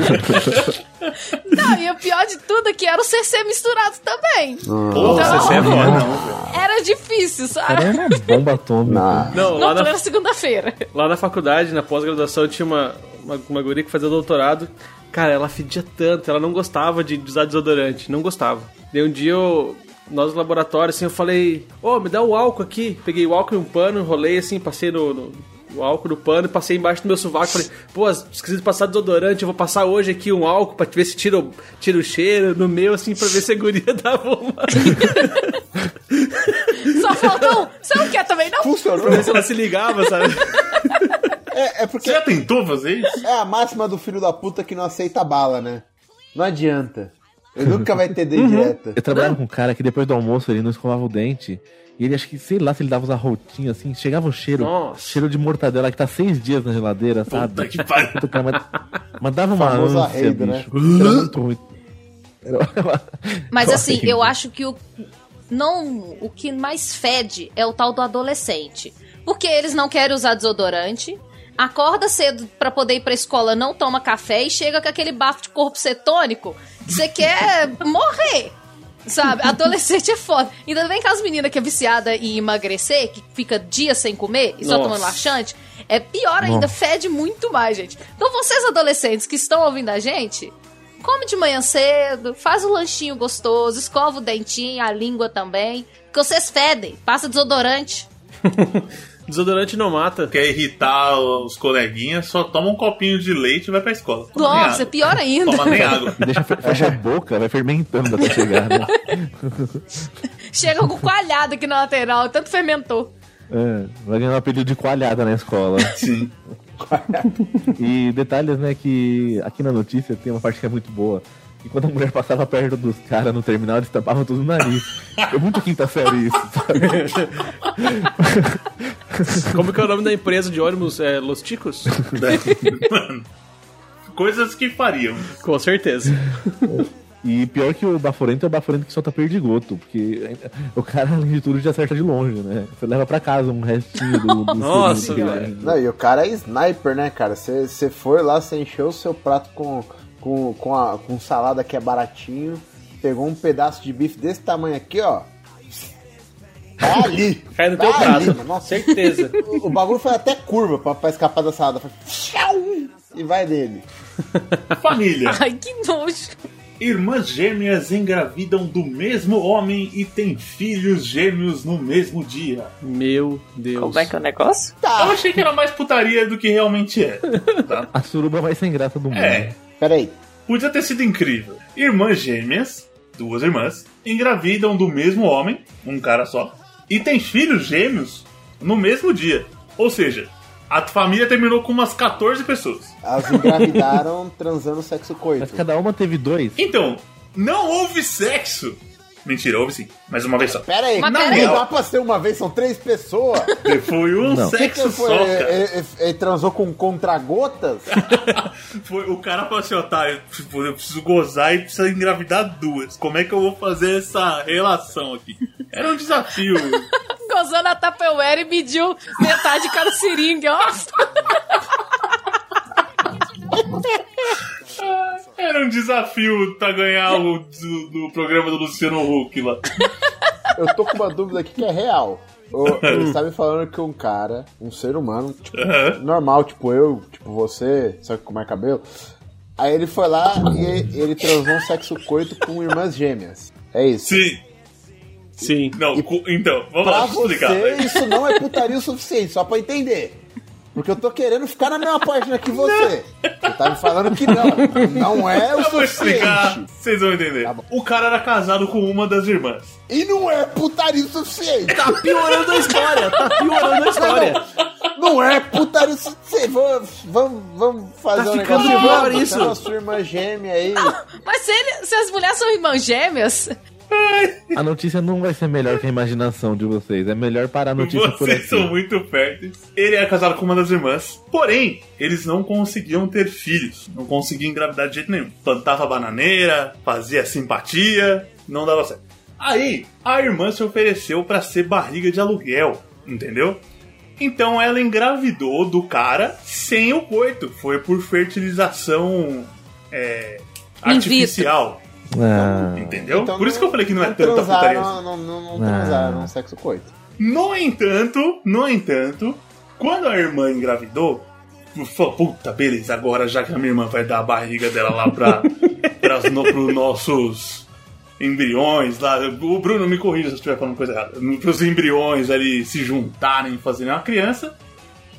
S6: Não, e o pior de tudo é que era o CC misturado também.
S2: porra,
S6: Não.
S2: você é foda.
S6: Era difícil,
S4: Era
S6: sabe?
S4: uma bomba atômica.
S5: Ah,
S3: Não,
S6: Não,
S3: lá na,
S6: plena segunda-feira.
S3: lá na faculdade, na pós-graduação, tinha uma, uma, uma guria que fazia doutorado. Cara, ela fedia tanto, ela não gostava de usar desodorante, não gostava. Daí um dia eu, nós no laboratório, assim, eu falei, ô, me dá o álcool aqui. Peguei o álcool e um pano, enrolei assim, passei no. no- o álcool no pano, e passei embaixo do meu sovaco, falei, pô, esqueci de passar desodorante, eu vou passar hoje aqui um álcool pra te ver se tira o, tira o cheiro no meu, assim, pra ver se a guria [LAUGHS] dava uma...
S6: Só faltou um. Você não quer também, não?
S5: funcionou.
S3: pra ver se ela se ligava, sabe? [LAUGHS]
S5: É, é porque
S2: Você já tentou fazer isso?
S5: é a máxima do filho da puta que não aceita bala, né? Não adianta. Ele nunca vai entender
S4: Uhum.
S5: direta.
S4: Eu trabalhava com um cara que depois do almoço ele não escovava o dente. E ele acho que, sei lá, se ele dava uns arrotinhos assim, chegava um cheiro.
S3: Nossa.
S4: Cheiro de mortadela que tá seis dias na geladeira,
S2: Puta
S4: sabe?
S2: que pariu.
S4: Puta, cara, mas- mas dava uma
S5: Famoso
S4: ânsia,
S5: arreido, né?
S4: bicho. Era muito ruim. Era uma-
S6: Mas assim,
S4: horrível.
S6: eu acho que o não o que mais fede é o tal do adolescente. Porque eles não querem usar desodorante, acorda cedo pra poder ir pra escola, não toma café e chega com aquele bafo de corpo cetônico que você quer morrer. Sabe? Adolescente é foda. Ainda bem que as meninas que é viciada em emagrecer, que fica dias sem comer e só
S3: Nossa.
S6: tomando laxante, é pior ainda,
S4: Nossa.
S6: fede muito mais, gente. Então vocês adolescentes que estão ouvindo a gente, Come de manhã cedo, faz o lanchinho gostoso, escova o dentinho, a língua também. Porque vocês fedem, passa desodorante.
S3: Desodorante não mata.
S2: Quer irritar os coleguinhas, só toma um copinho de leite e vai pra escola. Toma nem
S6: Nossa, é
S2: água.
S6: pior ainda.
S2: Toma nem água.
S4: Deixa fe- fecha a boca, vai fermentando até chegar. Né?
S6: [LAUGHS] Chega com coalhada aqui na lateral, tanto fermentou.
S4: É, vai ganhar um apelido de coalhada na escola.
S2: [LAUGHS] Sim.
S4: [LAUGHS] E detalhes, né, que aqui na notícia tem uma parte que é muito boa. E quando a mulher passava perto dos caras no terminal, eles tapavam tudo o nariz. É muito quinta série isso, sabe?
S3: Como que é o nome da empresa de ônibus? É Los Ticos?
S2: Mano. Coisas que fariam.
S3: Com certeza.
S4: E pior que o Baforento é o Baforento que solta perdigoto, porque o cara, além de tudo, já acerta de longe, né? Você leva pra casa um restinho do...
S2: [LAUGHS]
S4: do
S3: Nossa,
S4: do-
S3: velho.
S5: Não, e o cara é sniper, né, cara? Você você foi lá, você encheu o seu prato com, com, com, a- com salada que é baratinho, pegou um pedaço de bife desse tamanho aqui, ó. Tá ali.
S3: Cai no
S5: tá
S3: teu
S5: ali,
S3: prato.
S5: mano. Nossa, [LAUGHS]
S3: Certeza.
S5: o, o bagulho foi até curva pra, pra escapar da salada. Foi... E vai dele.
S6: [LAUGHS]
S2: Família.
S6: Ai, que nojo.
S2: Irmãs gêmeas engravidam do mesmo homem e têm filhos gêmeos no mesmo dia.
S3: Meu Deus.
S6: Como é que é o negócio?
S2: Eu achei que era mais putaria do que realmente é. tá?
S4: A suruba mais sem graça do mundo.
S2: É,
S5: Peraí.
S2: podia ter sido incrível. Irmãs gêmeas, duas irmãs, engravidam do mesmo homem, um cara só, e têm filhos gêmeos no mesmo dia. Ou seja, a família terminou com umas 14 pessoas.
S4: [LAUGHS]
S5: Elas engravidaram transando sexo
S4: Mas
S5: coito.
S4: cada uma teve dois.
S2: Então, não houve sexo. Mentira, houve sim, mas uma vez só.
S5: Pera aí,
S6: Mas
S5: não
S6: peraí.
S5: dá pra ser uma vez, são
S2: [LAUGHS]
S5: três pessoas.
S2: Foi um
S4: Não.
S5: O que É,
S2: sexo
S5: que foi?
S2: só, cara.
S5: Ele, ele- ele transou com contragotas?
S2: Foi, o cara falou assim, ó, tá, eu, tipo, eu preciso gozar e preciso engravidar duas. Como é que eu vou fazer essa relação aqui? Era um
S5: [LAUGHS]
S2: desafio.
S6: Gozou na Tupperware e mediu metade de cada seringa. Nossa,
S2: Era um desafio pra ganhar o do, do programa do Luciano Huck lá.
S5: Eu tô com uma dúvida aqui que é real. O-
S2: [LAUGHS]
S5: Ele tá me falando que um cara, um ser humano, tipo,
S2: Aham.
S5: normal, tipo eu, tipo você, só que com mais cabelo. Aí ele foi lá e ele transou um sexo coito com irmãs gêmeas. É isso.
S2: Sim.
S3: Sim.
S2: Não, cu- então, vamos lá,
S5: Pra
S2: deixa eu explicar.
S5: você, isso não é putaria o suficiente, só pra entender. Porque eu tô querendo ficar na mesma página que você. Você tá me falando que não. Não é o
S2: Eu vou explicar,
S5: suficiente.
S2: vocês vão entender.
S5: Tá bom.
S2: o cara era casado com uma das irmãs.
S5: E não é putaria o suficiente.
S3: Tá piorando a história, tá piorando a história.
S5: Não é putaria o suficiente. Vamos, vamos, vamos fazer
S3: Tá
S5: um
S3: ficando
S5: negócio.
S3: pior
S5: Vamos,
S3: isso.
S5: tem uma sua irmã gêmea aí.
S6: mas se, ele- se as mulheres são irmãs gêmeas,
S4: A notícia não vai ser melhor que a imaginação de vocês. É melhor parar a notícia por
S2: Vocês
S4: aqui.
S2: são muito férteis. Ele era casado com uma das irmãs, porém, eles não conseguiam ter filhos. Não conseguiam engravidar de jeito nenhum. Plantava bananeira, fazia simpatia, não dava certo. Aí, a irmã se ofereceu pra ser barriga de aluguel, entendeu? Então ela engravidou do cara sem o coito. Foi por fertilização é,
S6: In vitro.
S2: artificial.
S4: Ah,
S2: Entendeu?
S5: Então
S2: por isso
S5: não-
S2: que eu falei que não é
S5: não
S2: tanta putaria. assim.
S5: transaram, não, não, não transaram
S4: Ah.
S5: sexo coito.
S2: No entanto, no entanto, quando a irmã engravidou, falou, puta, beleza, agora já que a minha irmã vai dar a barriga dela lá pra, pras, no, pros nossos embriões lá. O Bruno me corrija se eu estiver falando coisa errada. Pros embriões ali se juntarem e fazerem uma criança.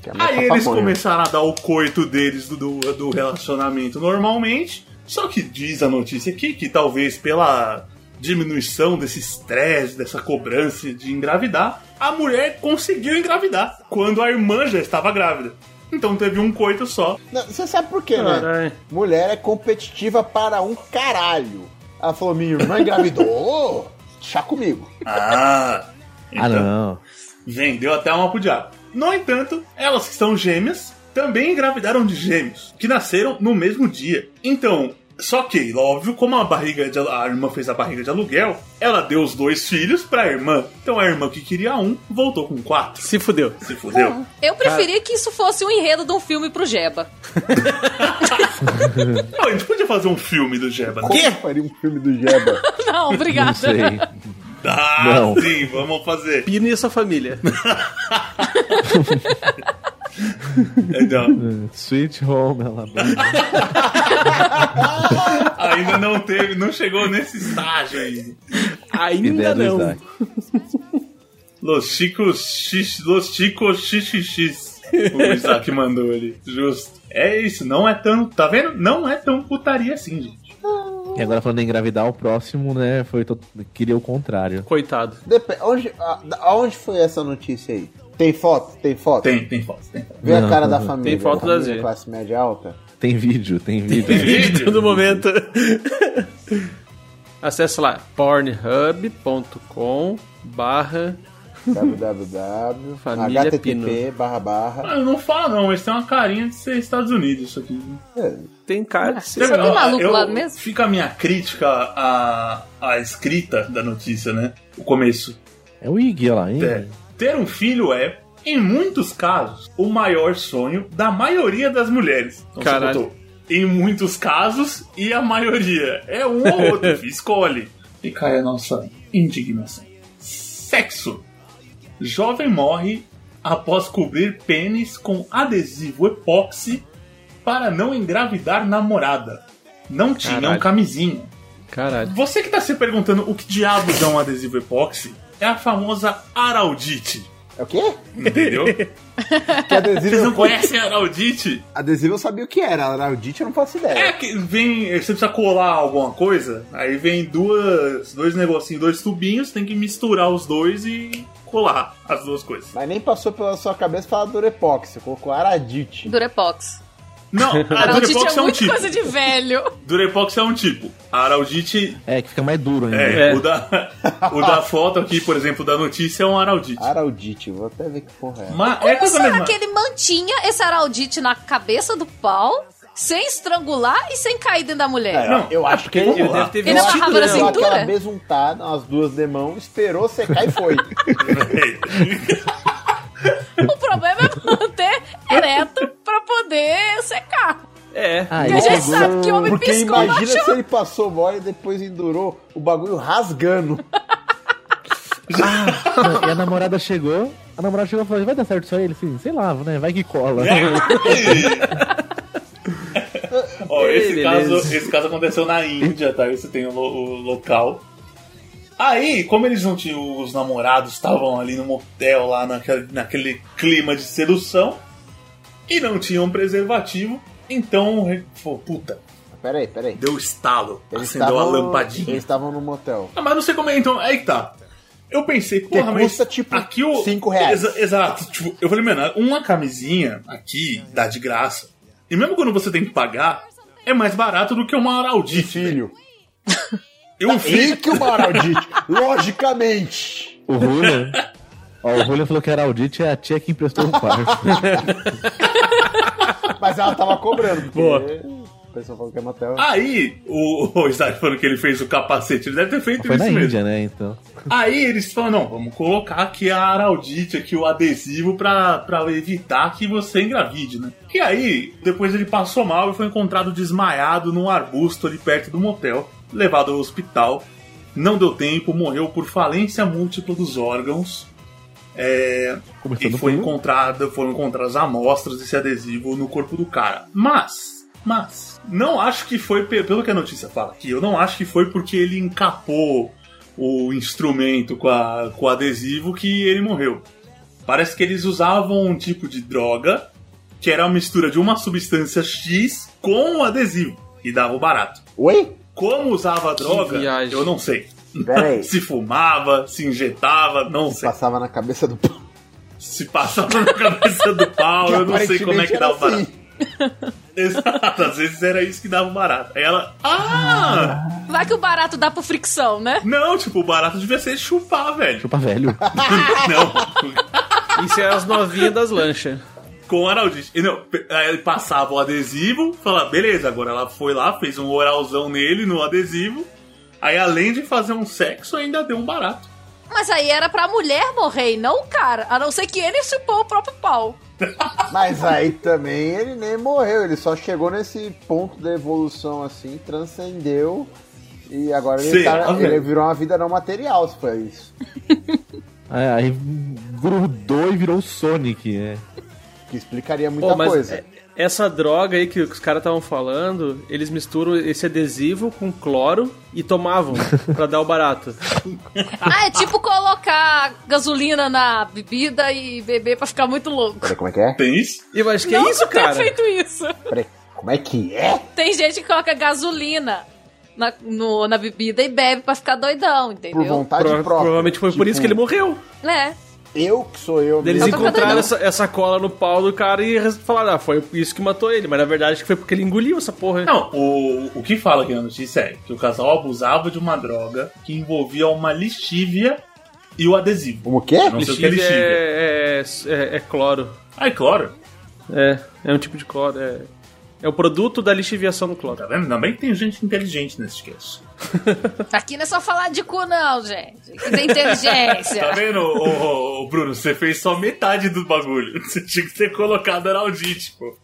S5: Que é
S2: Aí
S5: mais
S2: eles
S5: pamonha.
S2: começaram a dar o coito deles do, do, do relacionamento normalmente. Só que diz a notícia aqui que talvez pela diminuição desse estresse, dessa cobrança de engravidar, a mulher conseguiu engravidar quando a irmã já estava grávida. Então teve um coito só.
S5: Não, você sabe por quê, né?
S3: Caralho.
S5: Mulher é competitiva para um caralho. Ela falou: minha irmã
S3: [LAUGHS]
S5: engravidou. Chá comigo.
S2: Ah!
S4: ah não.
S2: Vendeu até uma pro diabo. No entanto, elas que são gêmeas também engravidaram de gêmeos, que nasceram no mesmo dia. Então, só que, óbvio, como a barriga de, a irmã fez a barriga de aluguel, ela deu os dois filhos pra irmã. Então a irmã que queria um voltou com quatro.
S3: Se fudeu.
S2: Se fudeu.
S6: eu preferia que isso fosse um enredo de um filme pro Jeba. [LAUGHS]
S2: Não, a gente podia fazer um filme do Jeba, né?
S5: Como eu faria um filme do Jeba?
S6: Não,
S4: Não
S6: obrigada.
S4: sei.
S2: Ah,
S4: Não.
S2: sim, vamos fazer.
S3: Pino e a sua família.
S2: Então,
S4: [LAUGHS] Sweet Home Alabama.
S2: ainda não teve, não chegou nesse estágio ainda.
S3: Ainda
S4: Ideia do
S3: não.
S4: Isaac.
S2: Los Chicos X, Los Chicos XXX. O [LAUGHS] Isaac mandou ali. Justo. É isso, não é tão. Tá vendo? Não é tão putaria assim, gente.
S4: E agora falando em engravidar, o próximo, né, foi... to- Queria o contrário.
S3: Coitado. [LAUGHS]
S5: Dep- onde, a- da- aonde foi essa notícia aí? Tem foto? Tem foto?
S2: Tem, tem foto. Tem foto.
S5: Vê a cara da
S4: Tem
S5: família.
S3: foto
S5: família
S3: da Z.
S5: classe média alta.
S4: Tem vídeo, tem vídeo.
S2: Vídeo.
S3: No momento. [LAUGHS] Acesse lá pornhub.com barra
S5: www.
S3: [LAUGHS] Família
S5: http
S3: Pino.
S5: barra barra.
S2: Ah, Eu não falo, não, mas tem uma carinha de ser Estados Unidos isso aqui.
S5: É,
S3: tem cara de ser.
S6: Só tem tá maluco
S2: eu,
S6: lá mesmo?
S2: Fica a minha crítica à, à escrita da notícia, né? O começo.
S4: [LAUGHS] É o Iggy, olha lá, hein?
S2: É. Ter um filho é, em muitos casos, o maior sonho da maioria das mulheres. Então, você
S3: Caralho.
S2: botou, Em muitos casos e a maioria. É um ou outro,
S3: [LAUGHS]
S2: filho, escolhe. E cai a nossa indignação. Sexo. Jovem morre após cobrir pênis com adesivo epóxi para não engravidar namorada. Não tinham
S3: Caralho.
S2: camisinha.
S3: Caralho.
S2: Você que tá se perguntando o que diabos é um adesivo epóxi, é a famosa araldite.
S5: É o quê?
S2: Entendeu?
S3: [LAUGHS]
S5: Que adesivo,
S3: um
S2: Vocês não conhecem a araldite?
S5: adesivo eu sabia o que era, Araldite eu não faço
S2: É
S5: ideia.
S2: que vem. Você precisa colar alguma coisa, aí vem duas. dois negocinhos, dois tubinhos, tem que misturar os dois e colar as duas coisas.
S5: Mas nem passou pela sua cabeça falar Durepox, você colocou
S3: [LAUGHS]
S5: Aradite.
S6: Durepox.
S2: Não, a
S6: Araldite
S2: Durepox
S6: é
S2: é um
S6: muito
S2: tipo.
S6: coisa de velho.
S2: Durepox é um tipo. A araldite
S4: É, que fica mais duro ainda.
S2: é,
S3: É.
S2: O, da, o da foto aqui, por exemplo, da notícia é um araldite.
S5: Ah. Araldite, vou até ver que porra é.
S2: Mas [LAUGHS] é coisa
S6: Será
S2: mesma.
S6: que ele mantinha esse araldite na cabeça do pau, sem estrangular e sem cair dentro da mulher?
S2: Não,
S5: eu acho que
S2: vamos
S3: Ele
S2: lá.
S3: deve ter
S6: Ele
S5: Eu
S6: não
S5: acho
S3: vestido,
S5: que
S6: amarrava na
S5: ele deu
S3: né?
S6: cintura?
S5: aquela besuntada, as duas de mão, esperou secar e
S6: [LAUGHS]
S5: foi.
S6: O problema é manter ereto pra poder secar.
S3: É.
S4: Ah,
S6: Porque a
S4: ele
S6: gente
S4: pegou...
S6: sabe que homem
S5: Porque
S6: piscou na
S5: imagina se
S6: chuva.
S5: ele passou mole e depois endurou o bagulho rasgando.
S4: Não, e a namorada chegou, a namorada chegou e falou, vai dar certo isso aí? Ele assim, sei lá, né? Vai que cola.
S2: É. Ó, esse,
S3: Beleza.
S2: caso, esse caso aconteceu na Índia, tá? Isso tem o, lo- o local. Aí, como eles não tinham. Os namorados estavam ali no motel, lá naquele, naquele clima de sedução, e não tinham preservativo, então. re- Pô, puta,
S5: Peraí, peraí.
S2: deu estalo.
S5: Eles
S2: acendeu a
S5: estavam-
S2: lampadinha.
S5: Eles estavam no motel.
S2: Ah, mas não sei como é, então. Aí que tá. Eu pensei,
S5: Porque
S2: porra, mas.
S5: custa, tipo,
S2: aqui o...
S5: cinco reais.
S2: Exa- exato. Tipo, eu falei, mano, uma camisinha aqui dá de graça. E mesmo quando você tem que pagar, é mais barato do que uma um araldite.
S5: Um Filho. Tá
S2: Eu
S5: Um
S2: vi.
S5: Fique o Araldite. Logicamente.
S4: O Ruler... Ó, o Ruler falou que era Audite é a tia que emprestou o quarto.
S5: Mas ela tava cobrando. Porque
S3: Boa.
S5: o pessoal falou que é motel.
S2: Aí, o, o Isaac falando que ele fez o capacete, ele deve ter
S5: Tá
S2: feito
S4: Foi
S2: isso
S4: na
S2: mesmo.
S4: Índia, né? Então.
S2: Aí eles falam, não, vamos colocar aqui a araldite, aqui o adesivo pra, pra evitar que você engravide, né? E aí, depois ele passou mal e foi encontrado desmaiado num arbusto ali perto do motel, levado ao hospital. Não deu tempo, morreu por falência múltipla dos órgãos. E
S4: Começando
S2: foi
S4: com...
S2: encontrada, foram encontradas amostras desse adesivo no corpo do cara. Mas, mas, não acho que foi, pe- pelo que a notícia fala aqui, eu não acho que foi porque ele encapou o instrumento com, a, com o adesivo que ele morreu. Parece que eles usavam um tipo de droga que era a mistura de uma substância X com o adesivo e dava o barato.
S5: Oi?
S2: Como usava a droga,
S3: viagem.
S2: eu não sei.
S5: Peraí.
S2: Se fumava, se injetava, não sei
S5: Passava na cabeça do pau.
S2: se passava na cabeça do pau, eu não sei como é que dá o
S5: assim.
S2: barato. Exato, às vezes era isso que dava o barato. Aí ela, ah!
S6: Vai que o barato dá por fricção, né?
S2: Não, tipo, o barato devia ser chupar, velho.
S4: Chupa
S2: [LAUGHS]
S4: velho.
S2: não,
S3: Isso é as novinhas das lanchas.
S2: com o araldite. E não, pe- aí ele passava o adesivo, falava, beleza, agora ela foi lá, fez um oralzão nele no adesivo. Aí além de fazer um sexo, ainda deu um barato.
S6: Mas aí era pra mulher morrer e não o cara. A não ser que ele chupou o próprio pau.
S5: Mas aí também ele nem morreu, ele só chegou nesse ponto da evolução assim, transcendeu. E agora ele,
S2: Será,
S5: tá-
S2: velho?
S5: ele virou uma vida não material, se foi isso.
S4: Aí, aí grudou e virou o Sonic, né?
S5: Que explicaria muita
S3: Pô, mas
S5: coisa.
S3: é- essa droga aí que os caras estavam falando, eles misturam esse adesivo com cloro e tomavam
S5: [LAUGHS]
S3: pra dar o barato.
S6: Ah, é tipo colocar gasolina na bebida e beber pra ficar muito louco.
S5: Peraí, como é que é?
S2: Tem isso?
S3: E eu acho que
S6: não
S3: é isso,
S6: que eu [LAUGHS] tenha
S3: cara.
S6: feito isso.
S5: Peraí, como é que é?
S6: Tem gente que coloca gasolina na, no- na bebida e bebe pra ficar doidão,
S5: Por
S6: entendeu?
S5: vontade
S3: Prova-
S5: própria.
S3: provavelmente foi
S5: Tá
S3: por
S5: Tipo,
S3: isso que ele morreu.
S6: Né?
S5: Eu que sou eu
S3: Eles
S5: mesmo.
S3: encontraram
S6: doidão.
S3: essa, essa cola no pau do cara e res- falaram, ah, foi isso que matou ele. Mas na verdade acho que foi porque ele engoliu essa porra.
S2: Não, o, o que fala aqui na notícia é que o casal abusava de uma droga que envolvia uma lixívia e o adesivo.
S5: Como que é?
S2: Não sei o que é
S3: Lixívia
S2: lixívia.
S3: é, é, é- é cloro.
S2: Ah, é cloro.
S3: É, é um tipo de cloro. É, é o produto da lixiviação do cloro.
S2: Tá vendo? Ainda bem que tem gente inteligente nesse cast.
S6: Aqui não é só falar de cu, não, gente. Aqui tem
S3: [LAUGHS]
S6: inteligência.
S2: Tá vendo, ô, ô, ô, Bruno? Você fez só metade do bagulho. [LAUGHS] Você tinha que ter colocado Araldite, pô.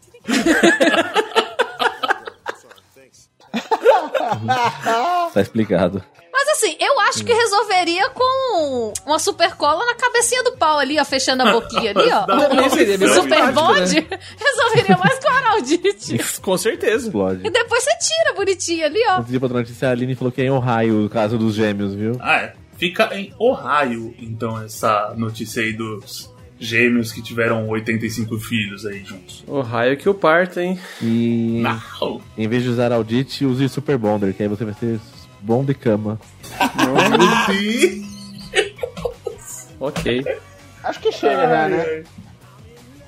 S4: Tá explicado.
S6: Mas assim, assim, eu acho que resolveria com uma super cola na cabecinha do pau ali, ó, fechando a boquinha ali,
S3: [LAUGHS]
S6: ó.
S3: Também seria bem
S6: Super
S3: simpático,
S6: bode [LAUGHS] resolveria mais com a
S3: [LAUGHS]
S6: Araldite.
S3: Com certeza.
S4: Explode.
S6: E depois você tira bonitinho ali, ó.
S4: Outro dia pra outra notícia, a Aline falou que é em Ohio o caso dos gêmeos, viu?
S2: Ah, é. Fica em Ohio, então, essa notícia aí dos gêmeos que tiveram 85 filhos aí juntos.
S3: O raio que o parta, hein?
S4: E
S2: Não.
S4: em vez de usar Audit, use Super Bonder, que aí você vai ser bom de cama.
S5: [LAUGHS]
S3: Ok.
S5: Acho que chega já, né?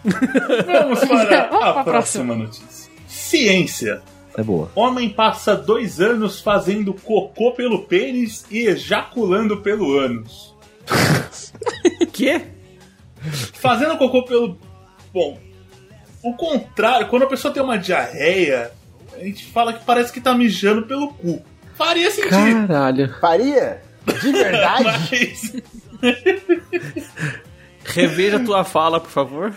S2: [LAUGHS] Vamos para
S6: Vamos pra
S2: a próxima notícia. Ciência.
S4: É boa.
S2: Homem passa dois anos fazendo cocô pelo pênis e ejaculando pelo ânus.
S3: Quê?
S2: Fazendo cocô pelo. Bom, o contrário, quando a pessoa tem uma diarreia, a gente fala que parece que tá mijando pelo cu. Faria sentido.
S3: Caralho.
S5: Faria? De verdade?
S2: Mas.
S3: Reveja tua fala, por favor.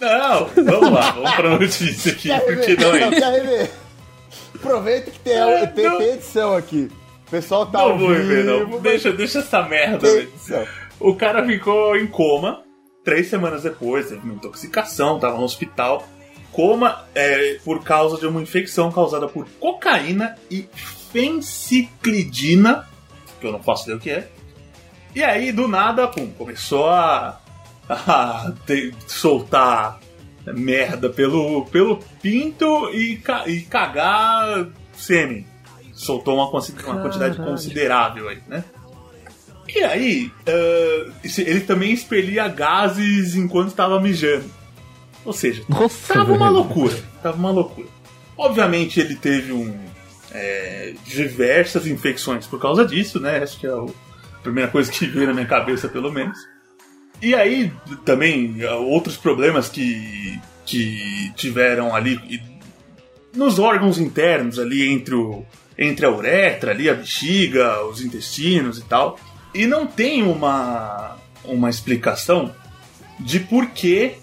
S2: Não, vamos lá, vamos pra notícia
S5: [LAUGHS]
S2: aqui, porque não é.
S5: Não,
S2: isso.
S5: quer rever. Aproveita que tem, a- tem,
S2: Não.
S5: tem edição aqui. O pessoal tá
S2: Não
S5: ao
S2: vou ver,
S5: vivo,
S2: não.
S5: mas
S2: Deixa, deixa essa merda. né?
S5: tem
S2: velho.
S5: edição.
S2: O cara ficou em coma. Três semanas depois, teve uma intoxicação, tava no hospital. Coma é, por causa de uma infecção causada por cocaína e fenciclidina, que eu não posso ver o que é. E aí, do nada, pum, começou a, [LAUGHS] a ter- soltar merda pelo, pelo pinto e, ca- e cagar sêmen. Soltou uma, consi- uma quantidade considerável aí, né? E aí, ah, esse- ele também expelia gases enquanto estava mijando. Ou seja,
S4: Nossa,
S2: tava
S4: velho.
S2: uma loucura. Tava uma loucura. Obviamente ele teve um. é, diversas infecções por causa disso, né? Acho que é o- a primeira coisa que veio na minha cabeça, pelo menos. E aí, também, ah, outros problemas que, que tiveram ali e- nos órgãos internos, ali entre, o, entre a uretra, ali a bexiga, os intestinos e tal. E não tem uma, uma explicação de por que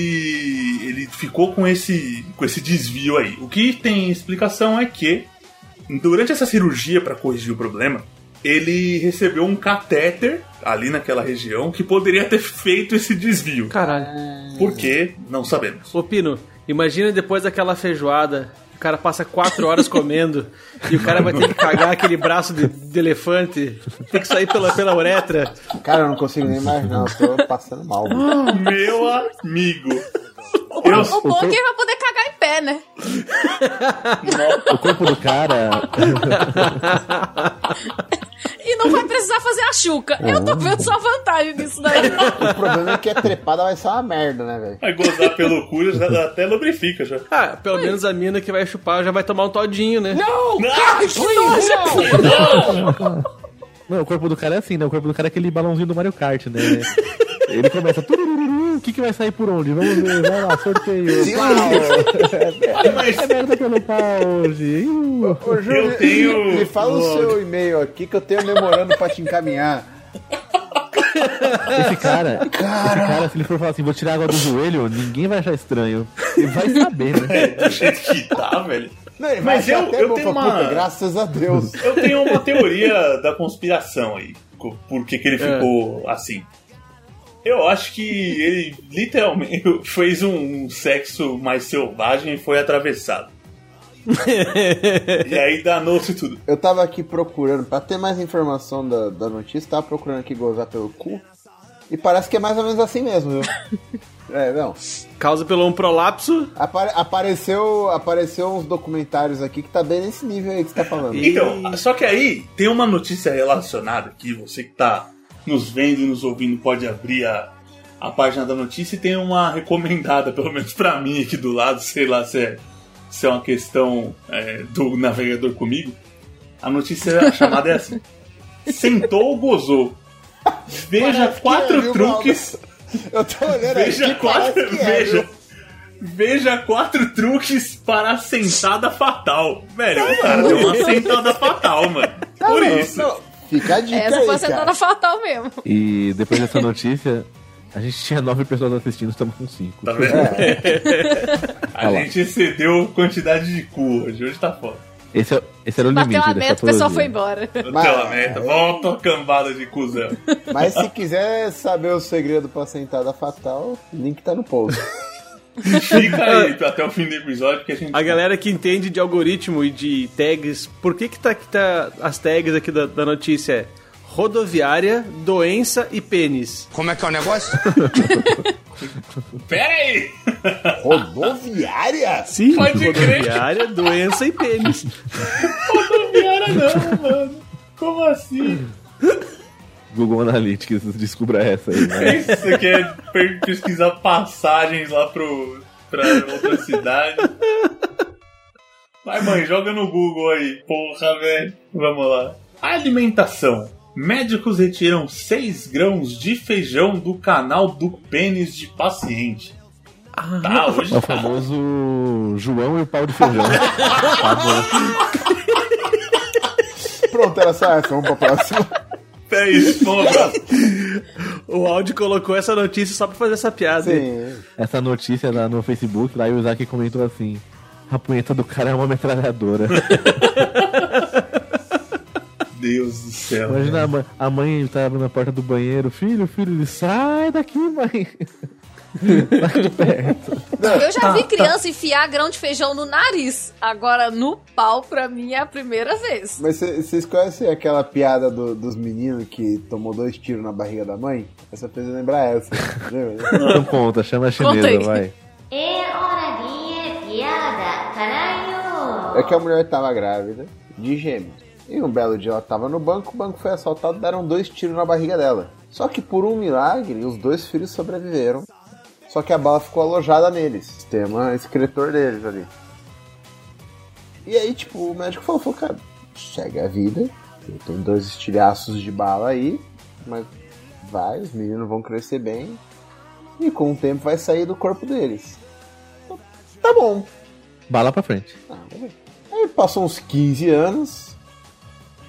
S2: ele, ele ficou com esse, com esse desvio aí. O que tem explicação é que, durante essa cirurgia para corrigir o problema, ele recebeu um catéter ali naquela região que poderia ter feito esse desvio.
S3: Caralho.
S2: Por que? Não
S3: [LAUGHS]
S2: sabemos.
S3: Ô, Pino, imagina depois daquela feijoada. O cara passa quatro horas comendo e o cara vai ter que cagar aquele braço de, de elefante. Tem que sair pela, pela uretra.
S5: Cara, eu não consigo nem mais, não. Eu tô passando mal. mano.
S2: Meu amigo. Eu,
S6: O bom é que ele vai poder cagar em pé, né?
S4: O corpo do cara. [LAUGHS]
S6: E não vai precisar fazer a chuca. Eu tô vendo só vantagem nisso daí. né?
S5: O problema é que a trepada vai ser uma merda, né, velho?
S2: vai gozar pelo cu, já até lubrifica já.
S3: Ah, pelo menos a mina que vai chupar já vai tomar um todinho, né?
S4: Não, o corpo do cara é assim, né? O corpo do cara é aquele balãozinho do Mario Kart, né? Ele começa. "Turururu, O que, que vai sair por onde? Vamos ver, vai lá, sorteio.
S2: Mas
S4: É merda pelo pau hoje. Ih,
S5: Ô, Júlio,
S2: Eu tenho- um
S5: Me fala o seu e-mail aqui que eu tenho demorando pra te encaminhar.
S4: Esse cara, esse cara, se ele for falar assim, vou tirar água do joelho, ninguém vai achar estranho. Ele vai saber, né?
S2: é do jeito que tá, velho.
S5: Não, ele
S2: Mas
S5: vai achar
S2: eu-
S5: até
S2: eu
S5: bom,
S2: tenho
S5: fala,
S2: uma-
S5: "Puta, graças a Deus.
S2: Eu tenho uma teoria da conspiração aí. co- Por que, que ele ficou assim? Eu acho que ele literalmente [LAUGHS] fez um, um sexo mais selvagem e foi [LAUGHS] atravessado. e aí danou-se tudo.
S5: Eu tava aqui procurando, pra ter mais informação da, da notícia, tava procurando aqui gozar pelo cu. E parece que é mais ou menos assim mesmo,
S2: [LAUGHS]
S5: viu? É, não.
S3: Causa pelo um prolapso.
S5: Apare- apareceu, apareceu uns documentários aqui que tá bem nesse nível aí que você tá falando.
S2: Então, só que aí tem uma notícia relacionada que você que tá nos vendo e nos ouvindo pode abrir a, a página da notícia e tem uma recomendada, pelo menos pra mim aqui do lado, sei lá se é, se é uma questão é, do navegador comigo. A notícia chamada é assim: Sentou ou gozou? Veja
S5: Parece que é,
S2: quatro
S5: viu,
S2: truques
S5: [LAUGHS] Eu tô olhando
S2: Veja
S5: aqui, parece
S2: quatro,
S5: que é,
S2: veja,
S5: viu?
S2: veja quatro truques para a sentada fatal. Velho, o cara deu uma sentada fatal, mano.
S5: Não,
S2: Por
S5: Tá não,
S2: isso.
S5: não. Fica a dica
S6: Essa
S5: Então aí,
S6: foi a sentada
S5: cara.
S6: fatal mesmo.
S4: E depois dessa notícia, a gente tinha nove pessoas assistindo, estamos com cinco.
S2: Tá vendo? A
S4: Olha lá.
S2: gente excedeu quantidade de cu hoje. Hoje tá foda.
S4: Esse, é- esse era o limite.
S6: Bateu a
S4: dessa
S6: meta, o
S4: apologia.
S6: pessoal foi embora.
S2: Bateu a meta. Volta, cambada de cuzão.
S5: Mas se quiser saber o segredo pra sentada fatal, o link tá
S2: [LAUGHS]
S5: no post.
S2: Fica
S5: [LAUGHS]
S2: aí até o fim do episódio que a gente.
S3: A galera que entende de algoritmo e de tags, por que que tá, que tá as tags aqui da, da notícia é rodoviária, doença e pênis?
S7: Como é que é o negócio?
S2: Pera aí!
S5: Rodoviária?
S3: Sim,
S2: Pode crer.
S3: rodoviária, doença e pênis.
S2: Cara, não, mano. Como assim?
S4: Google Analytics, descubra essa aí. né?
S2: Você quer per- pesquisar passagens lá pro, pra outra cidade? Vai, mãe, joga no Google aí. Porra, velho. Vamos lá. Alimentação. Médicos retiram 6 grãos de feijão do canal do pênis de paciente. Tá, hoje
S4: É o
S2: tá.
S4: famoso João e o pau de
S6: [LAUGHS]
S4: feijão.
S5: Pronto, era só essa. Vamos
S2: [LAUGHS]
S5: pra próxima.
S2: É [LAUGHS] isso, vamos pra
S3: O Audi colocou essa notícia só pra fazer essa piada.
S5: Sim.
S4: Essa notícia lá no Facebook, lá e o Isaac comentou assim: a punheta do cara é uma metralhadora.
S2: Deus do céu.
S4: Imagina a mãe, a mãe tá abrindo a porta do banheiro, filho, filho, ele sai daqui, mãe. Sai de perto.
S6: Eu já vi criança enfiar grão de feijão no nariz. Agora, no pau, pra mim, é a primeira vez.
S5: Mas cê- vocês conhecem aquela piada do- dos meninos que tomou dois tiros na barriga da mãe? Essa fez eu lembrar essa. Lembra?
S4: Não conta, chama a
S6: Conta aí.
S4: chinesa, vai.
S9: É hora de piada, caralho!
S5: É que a mulher tava grávida de gêmeos. E um belo dia ela tava no banco, o banco foi assaltado, deram dois tiros na barriga dela. Só que por um milagre, os dois filhos sobreviveram. Só que a bala ficou alojada neles. Sistema escritor deles ali. E aí, tipo, o médico falou, falou cara, segue a vida. Tem dois estilhaços de bala aí, mas vai, os meninos vão crescer bem. E com o tempo vai sair do corpo deles. Então, Tá bom,
S4: Bala pra frente.
S5: ah, vamos ver. Aí passou uns 15 anos.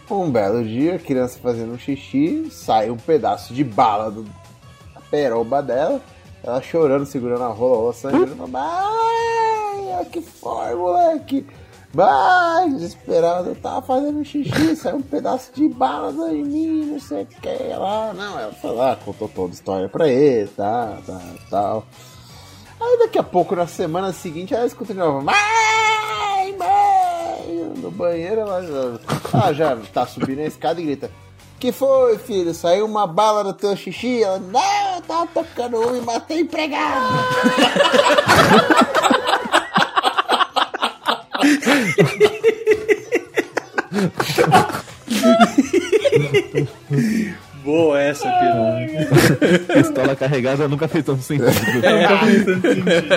S5: Um belo dia, a criança fazendo um xixi, sai um pedaço de bala do, da peroba dela. Ela chorando, segurando a rola, ela sangrando. Mãe, olha que foi, moleque. Mãe, desesperada, eu tava fazendo um xixi, saiu um pedaço de bala do- em mim, não sei o que lá. Não, ela foi lá, contou toda a história pra ele, tá, tá, tal. Aí daqui a pouco, na semana seguinte, ela escuta de novo. Mãe, mãe! No banheiro ela já, ela já tá subindo a escada e grita. Que foi, filho? Saiu uma bala no teu xixi? Ela, não, eu tava tocando uma e matei empregado.
S3: Boa essa, Pedro.
S4: Pistola carregada nunca fez tanto sentido.
S2: Eu tô pensando em sentido.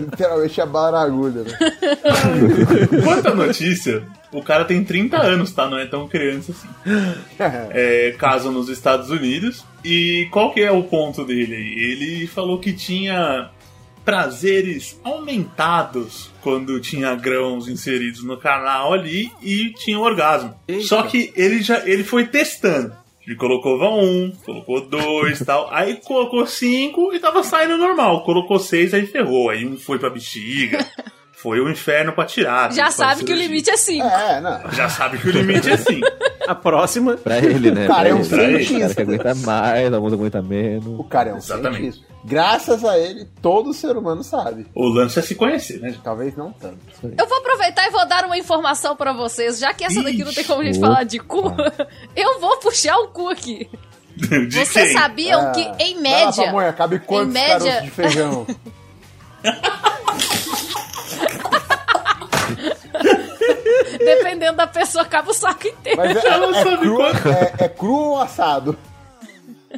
S5: Literalmente a bala na agulha, né?
S2: Quanta notícia, o cara tem 30 anos, tá? Não é tão criança assim. É, caso nos Estados Unidos. E qual que é o ponto dele aí? Ele falou que tinha prazeres aumentados quando tinha grãos inseridos no canal ali e tinha orgasmo.
S3: Eita.
S2: Só que ele já ele foi testando. Ele colocou vão um, colocou dois [LAUGHS] tal. Aí colocou cinco e tava saindo normal. Colocou seis, aí ferrou. Aí um foi pra bexiga. Foi o inferno pra tirar. teve que
S6: Já
S2: fazer
S6: sabe que o
S2: cirurgia.
S6: limite é 5.
S5: É, não.
S2: Já sabe que o limite é
S6: [LAUGHS]
S2: cinco.
S3: A próxima.
S4: Pra ele, né?
S5: O cara
S4: Pra
S5: é um
S4: ele. Pra ele. O
S5: cientista.
S4: cara que aguenta mais, alguns aguenta menos.
S5: O cara é um
S2: Exatamente.
S5: cientista. Graças a ele, todo ser humano sabe.
S2: O lance é se conhecer, né? gente?
S5: Talvez não tanto.
S6: Eu vou aproveitar e vou dar uma informação pra vocês, já que essa daqui não tem como a gente
S4: Ixi,
S6: falar de cu. [LAUGHS] Eu vou puxar um cu aqui.
S2: De
S6: Vocês
S2: quem?
S6: sabiam é um que,
S5: Ah,
S6: em
S5: Vai lá pra
S6: média,
S5: mãe, acabe quantos
S6: média-
S5: caroços de
S6: [LAUGHS]
S5: feijão?
S6: dependendo da pessoa, acaba o saco inteiro.
S5: Mas é,
S2: Ela
S5: é
S2: sabe
S5: cru,
S2: quanto.
S5: é- é cru ou assado?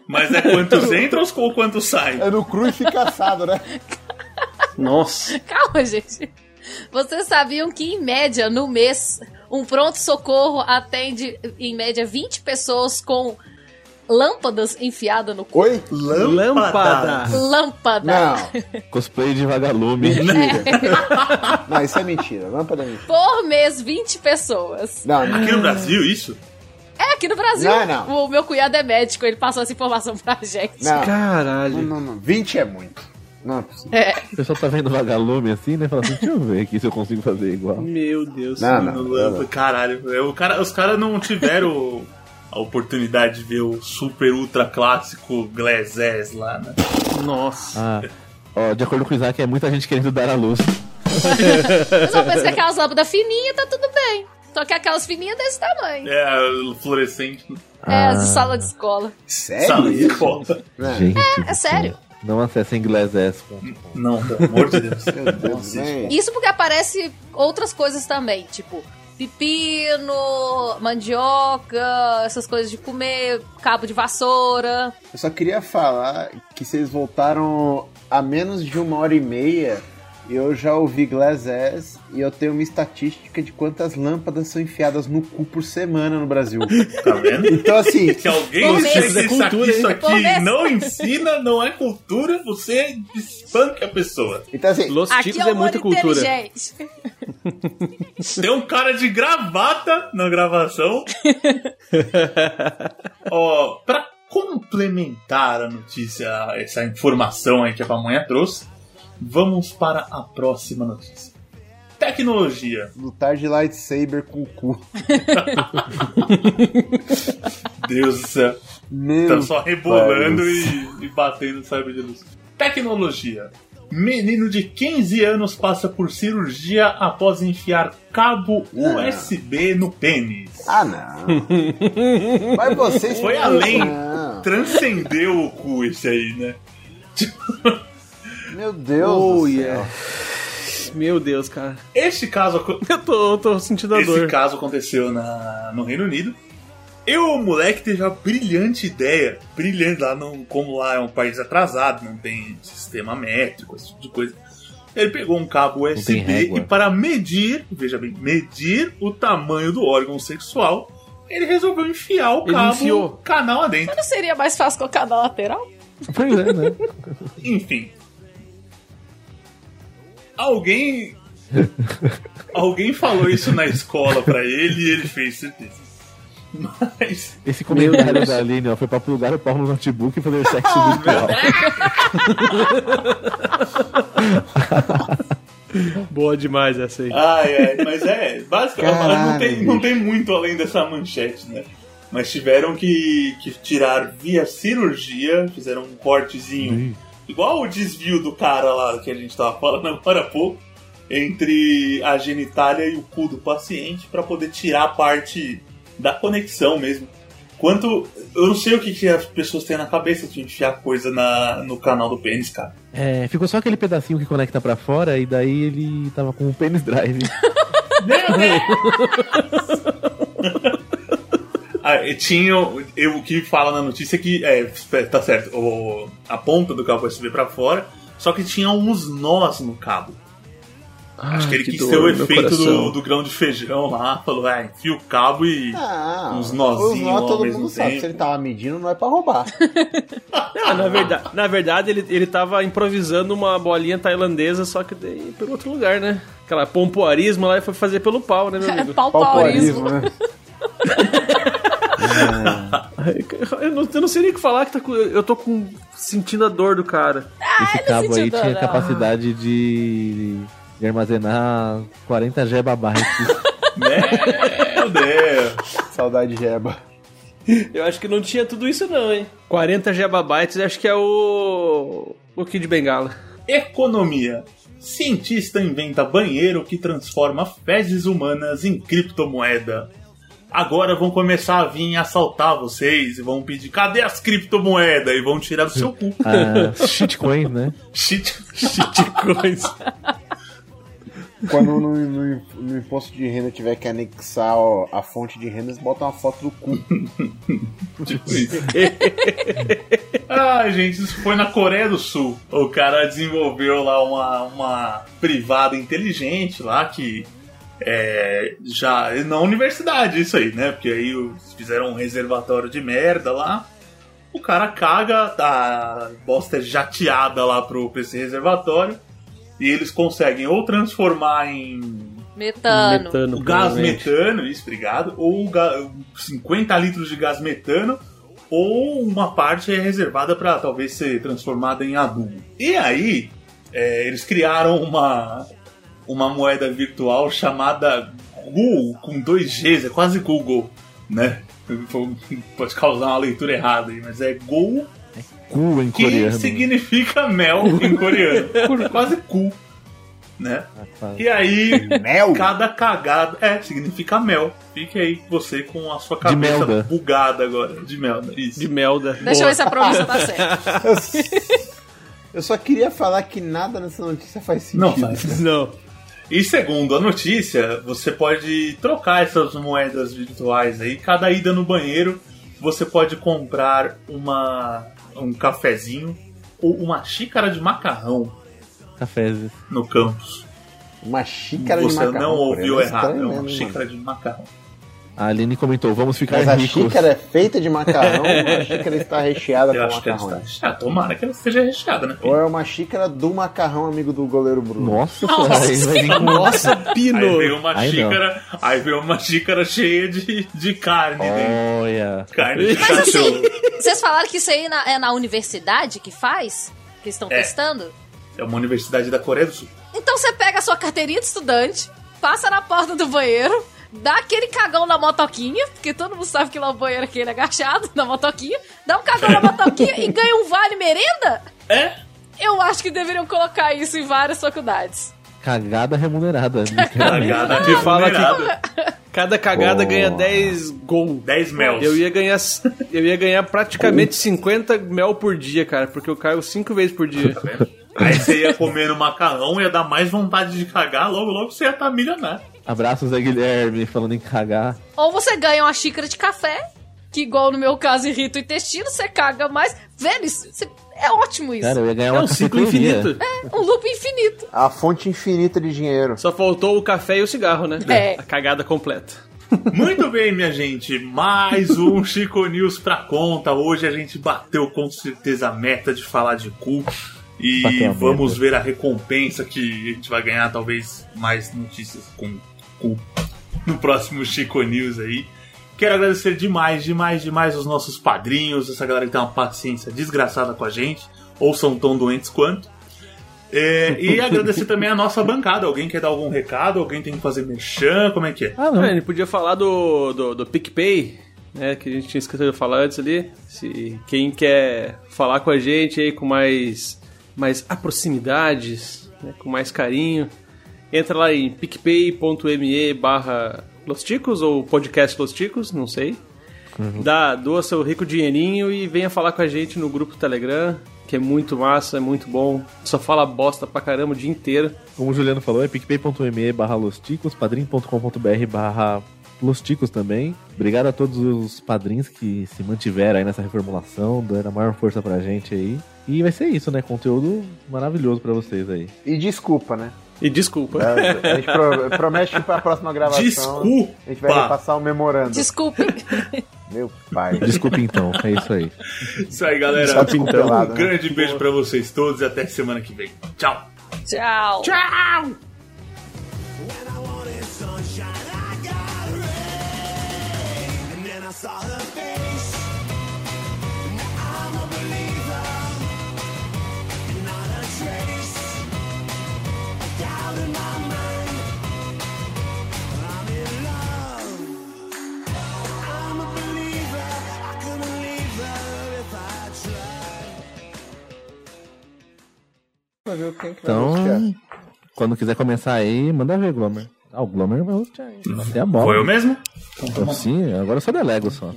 S2: Mas é quantos entram ou quantos saem?
S5: É no cru e fica assado, né?
S3: Nossa.
S6: Calma, gente. Vocês sabiam que, em média, no mês, um pronto-socorro atende, em média, 20 pessoas com lâmpadas enfiadas no cu?
S5: Oi?
S3: Lâmpada.
S6: Lâmpada.
S5: Não,
S4: Cosplay de vagalume.
S5: mentira. Não, isso é mentira. Lâmpada é mentira.
S6: Por mês, 20 pessoas.
S5: Não,
S2: Aqui no Brasil, isso?
S6: É, aqui no Brasil.
S5: Não, não.
S6: O meu cunhado é médico, ele passou essa informação pra gente.
S5: não,
S3: Caralho.
S5: não, não, não. 20 é muito. Não, é possível.
S4: O pessoal tá vendo vagalume assim, né? Fala assim, deixa eu ver aqui se eu consigo fazer igual.
S3: Meu Deus.
S5: Não, não, não, não.
S2: Caralho, é, o cara, os caras não tiveram [LAUGHS] a oportunidade de ver o super ultra clássico Glazes lá, né?
S3: Nossa.
S4: Ah, ó, de acordo com o Isaac, é muita gente querendo dar à luz.
S6: Mas uma coisa que aquelas lâmpadas fininhas tá tudo bem. Só que aquelas fininhas desse tamanho.
S2: É, fluorescente.
S6: É,
S5: Ah.
S6: as de sala de escola.
S2: Sala de
S5: Sério?
S2: escola.
S4: Gente.
S6: É sério.
S4: Não acessem inglesesco.
S2: Não, pelo amor de Deus.
S5: Meu Deus, hein?
S6: Isso porque aparece outras coisas também, tipo pepino, mandioca, essas coisas de comer, cabo de vassoura.
S5: Eu só queria falar que vocês voltaram a menos de uma hora e meia. e Eu já ouvi Glass Ass e eu tenho uma estatística de quantas lâmpadas são enfiadas no cu por semana no Brasil.
S2: Tá vendo?
S5: Então, assim,
S2: Se alguém
S6: Por
S2: disser
S6: mês.
S2: que isso aqui,
S3: Cultura,
S2: isso
S6: hein? Por
S2: aqui
S6: mês.
S2: não ensina, não é cultura, você espanca a pessoa.
S5: então, assim
S3: Los
S6: Aqui
S3: Ticos
S6: é
S3: é
S6: um mundo
S3: muita cultura.
S6: inteligente. [LAUGHS]
S2: Tem um cara de gravata na gravação. Ó, pra complementar a notícia, essa informação aí que a pamonha trouxe, vamos para a próxima notícia. Tecnologia.
S5: lutar de lightsaber com o cu.
S2: Deus do céu. Tá
S5: Meu
S2: só rebolando e, e batendo sabre de luz. Tecnologia. Menino de 15 anos passa por cirurgia após enfiar cabo
S5: Ah.
S2: USB no pênis.
S5: Ah, não. Mas vocês.
S2: Foi além.
S5: Não.
S2: Transcendeu o cu esse aí, né?
S5: Meu Deus.
S3: Oh,
S5: do céu.
S3: yeah. Meu Deus, cara.
S2: Este caso, aco-
S3: Eu tô, eu tô sentindo a
S2: esse
S3: dor.
S2: caso aconteceu na, no Reino Unido. Eu, o moleque, teve uma brilhante ideia. Brilhante, lá não, como lá é um país atrasado, não tem sistema métrico, esse tipo de coisa. Ele pegou um cabo
S4: tem
S2: USB
S4: régua.
S2: e, para medir, veja bem, medir o tamanho do órgão sexual, ele resolveu enfiar o
S3: Ele
S2: cabo
S3: enfiou.
S2: canal adentro.
S6: Não seria mais fácil colocar na lateral?
S4: Pois é, né?
S2: Enfim. Alguém. Alguém falou isso na escola pra ele e ele fez certeza. Mas.
S4: Esse comentário da Aline, ó, foi pra plugar o pau no notebook e fazer sexo virtual.
S3: Boa demais essa aí.
S2: Ai, ai, mas é, basicamente não tem, não tem muito além dessa manchete, né? Mas tiveram que, que tirar via cirurgia, fizeram um cortezinho. Igual o desvio do cara lá que a gente tava falando [LAUGHS] agora há pouco, entre a genitália e o cu do paciente pra poder tirar a parte da conexão mesmo. Quanto. Eu não sei o que, que as pessoas têm na cabeça de enfiar coisa na, no canal do pênis, cara.
S4: É, ficou só aquele pedacinho que conecta pra fora e daí ele tava com o pênis drive.
S2: Ah, e tinha. o- eu- o que fala na notícia é que. É, tá certo. o- a ponta do cabo USB pra fora. Só que tinha uns nós no cabo. Acho que ele
S3: que
S2: quis
S3: dor
S2: ter o
S3: no meu
S2: efeito do,
S3: coração.
S2: do grão de feijão lá. Falou, ah, enfia o cabo e.
S5: Ah,
S2: Uns nozinhos
S5: os nó
S2: ao
S5: todo
S2: mesmo
S5: mundo sabe.
S2: tempo.
S5: Se ele tava medindo, não é pra roubar.
S3: Ah, na verdade, na verdade ele, ele tava improvisando uma bolinha tailandesa, só que daí pelo outro lugar, né? Aquela pompoarismo lá e foi fazer pelo pau,
S6: [LAUGHS]
S3: né, meu amigo?
S6: Palpaurismo.
S5: né?
S3: Eu não, eu não sei nem o que falar, que tá com- eu tô com, sentindo a dor do cara.
S4: Esse cabo aí
S6: sentiu dor,
S4: tinha
S6: não.
S4: capacidade de, de armazenar 40 geba
S3: [LAUGHS]
S4: bytes.
S2: [LAUGHS] Meu Deus!
S5: Saudade de Jeba.
S3: Eu acho que não tinha tudo isso não, hein? 40 gigabytes, acho que é o... o Kid Bengala.
S2: Economia. Cientista inventa banheiro que transforma fezes humanas em criptomoeda. Agora vão começar a vir assaltar vocês e vão pedir cadê as criptomoedas e vão tirar do seu cu.
S4: Ah, shitcoin, né?
S2: Shit, shitcoins.
S5: Quando no, no- no imposto de renda tiver que anexar ó, a fonte de renda, eles botam uma foto do cu.
S2: tipo [LAUGHS] isso. ah, gente, isso foi na Coreia do Sul. O cara desenvolveu lá uma, uma privada inteligente lá que é, já na universidade isso aí, né? Porque aí os- fizeram um reservatório de merda lá. O cara caga, a bosta é jateada lá pro, pra esse reservatório. E eles conseguem ou transformar em
S6: Metano.
S2: o gás
S3: provavelmente.
S2: metano, isso, obrigado. Ou o ga- 50 litros de gás metano, ou uma parte é reservada para talvez ser transformada em adubo. E aí, é, eles criaram uma, uma moeda virtual chamada Google, com dois Gs, é quase Google, né? Pode causar uma leitura errada aí, mas é Go,
S4: Cu em
S2: que
S4: coreano. né?
S2: significa mel em coreano. quase cu, né?
S4: Fala.
S2: E aí,
S5: Mel?
S2: cada cagada. É, significa mel. Fique aí você com a sua
S4: De melda.
S2: cabeça bugada agora. De melda, isso.
S3: De melda.
S6: Deixa eu ver se a promessa tá certa.
S5: Eu só queria falar que nada nessa notícia faz sentido.
S2: Não faz.
S3: [LAUGHS] Não.
S2: E segundo a notícia, você pode trocar essas moedas virtuais aí. Cada ida no banheiro, você pode comprar uma um cafezinho ou uma xícara de macarrão
S4: Cafés.
S2: no campus.
S5: Uma xícara de
S2: você
S5: macarrão.
S2: não ouviu
S5: porém, é
S2: errado,
S5: estranho
S2: é uma
S5: mesmo,
S2: xícara de macarrão.
S4: A Aline comentou, vamos ficar
S5: Mas a
S4: ricos.
S5: xícara é feita de
S2: [LAUGHS]
S5: macarrão, a xícara está recheada
S2: Eu
S5: Tá com
S2: acho que ela está
S5: macarrão. né?
S2: recheada. Tomara que ela seja recheada, né?
S5: Ou é uma xícara do macarrão, amigo do goleiro Bruno.
S4: Nossa, aí vai vir com-
S3: Nossa, [LAUGHS] Pino!
S2: Aí veio um- uma
S4: Aí não.
S2: xícara, aí veio uma xícara cheia de, de carne,
S4: Ah.
S2: né?
S4: Olha.
S2: Carne de
S6: Mas assim,
S2: cachorro.
S6: vocês falaram que isso aí na- é na universidade que faz? Que estão
S2: É.
S6: testando?
S2: É uma universidade da Coreia do Sul.
S6: Então você pega a sua carteirinha de estudante, passa na porta do banheiro, dá aquele cagão na motoquinha, porque todo mundo sabe que lá o banheiro é aquele agachado, [LAUGHS] na motoquinha, dá um cagão na motoquinha e ganha um vale merenda?
S2: É?
S6: Eu acho que deveriam colocar isso em várias faculdades.
S4: Cagada remunerada, né? literalmente.
S2: Cagada de
S3: fala É que-
S2: fala
S3: Cada cagada
S4: Boa.
S3: ganha 10 gol.
S2: 10 mels.
S3: Eu ia ganhar eu ia ganhar praticamente 50 mel por dia, cara, porque eu caio 5 vezes por dia.
S2: Aí você ia comer no macarrão, ia dar mais vontade de cagar, logo logo você ia estar milionário.
S4: Abraços Zé Guilherme, falando em cagar.
S6: Ou você ganha uma xícara de café, que igual no meu caso irrita o intestino, você caga mais. Velho, isso- isso- é ótimo isso.
S4: Cara, eu ia ganhar
S3: É
S4: uma
S3: um ciclo
S4: cafeteria.
S3: infinito.
S6: É um loop infinito.
S5: A fonte infinita de dinheiro.
S3: Só faltou o café e o cigarro, né?
S6: É.
S3: A cagada completa.
S2: Muito bem, minha gente, mais um Chico News pra conta. Hoje a gente bateu com certeza a meta de falar de cu.
S4: Bateu a
S2: E
S4: meta.
S2: vamos ver a recompensa que a gente vai ganhar, talvez mais notícias com cu no próximo Chico News aí. Quero agradecer demais, demais, demais os nossos padrinhos, essa galera que tem uma paciência desgraçada com a gente, ou são tão doentes quanto. É, e agradecer também a nossa bancada. Alguém quer dar algum recado? Alguém tem que fazer merchan? Como é que é?
S4: Ah,
S3: Ah,
S4: não.
S3: a gente podia falar do, do, do PicPay, né? Que a gente tinha esquecido de falar antes ali. Se quem quer falar com a gente aí com mais, mais proximidades, né, com mais carinho, entra lá em picpay.me barra Los Ticos ou podcast Los Ticos, não sei.
S4: Uhum.
S3: Dá, doa seu rico dinheirinho e venha falar com a gente no grupo Telegram, que é muito massa, é muito bom. Só fala bosta pra caramba o dia inteiro.
S4: Como o Juliano falou, é picpay.me barra losticos, padrim.com.br barra losticos também. Obrigado a todos os padrinhos que se mantiveram aí nessa reformulação, dando a maior força pra gente aí. E vai ser isso, né? Conteúdo maravilhoso pra vocês aí.
S5: E desculpa, né?
S3: E desculpa.
S4: É.
S5: A gente pro- promete que pra próxima gravação
S2: Desculpa.
S5: a gente vai repassar o memorando.
S6: Desculpe.
S5: Meu pai.
S4: Desculpa [LAUGHS] então, é isso aí.
S2: Isso aí, galera.
S5: Só pintão.
S2: Um grande beijo pra vocês todos e até semana que vem. Tchau.
S6: Tchau.
S7: When I wanted sunshine, I got rain. And then I saw her face. Now I'm a believer. And not a trace of doubt in my mind. I'm in love. I'm a believer. I couldn't leave her if I tried.
S4: Então, quando quiser começar aí, manda ver, Glomer. Ah, o Glomer vai hostear aí. Até é a bola. né?
S2: Foi eu mesmo? Então tá
S4: Então,
S2: bom.
S4: Sim, agora eu só delego só.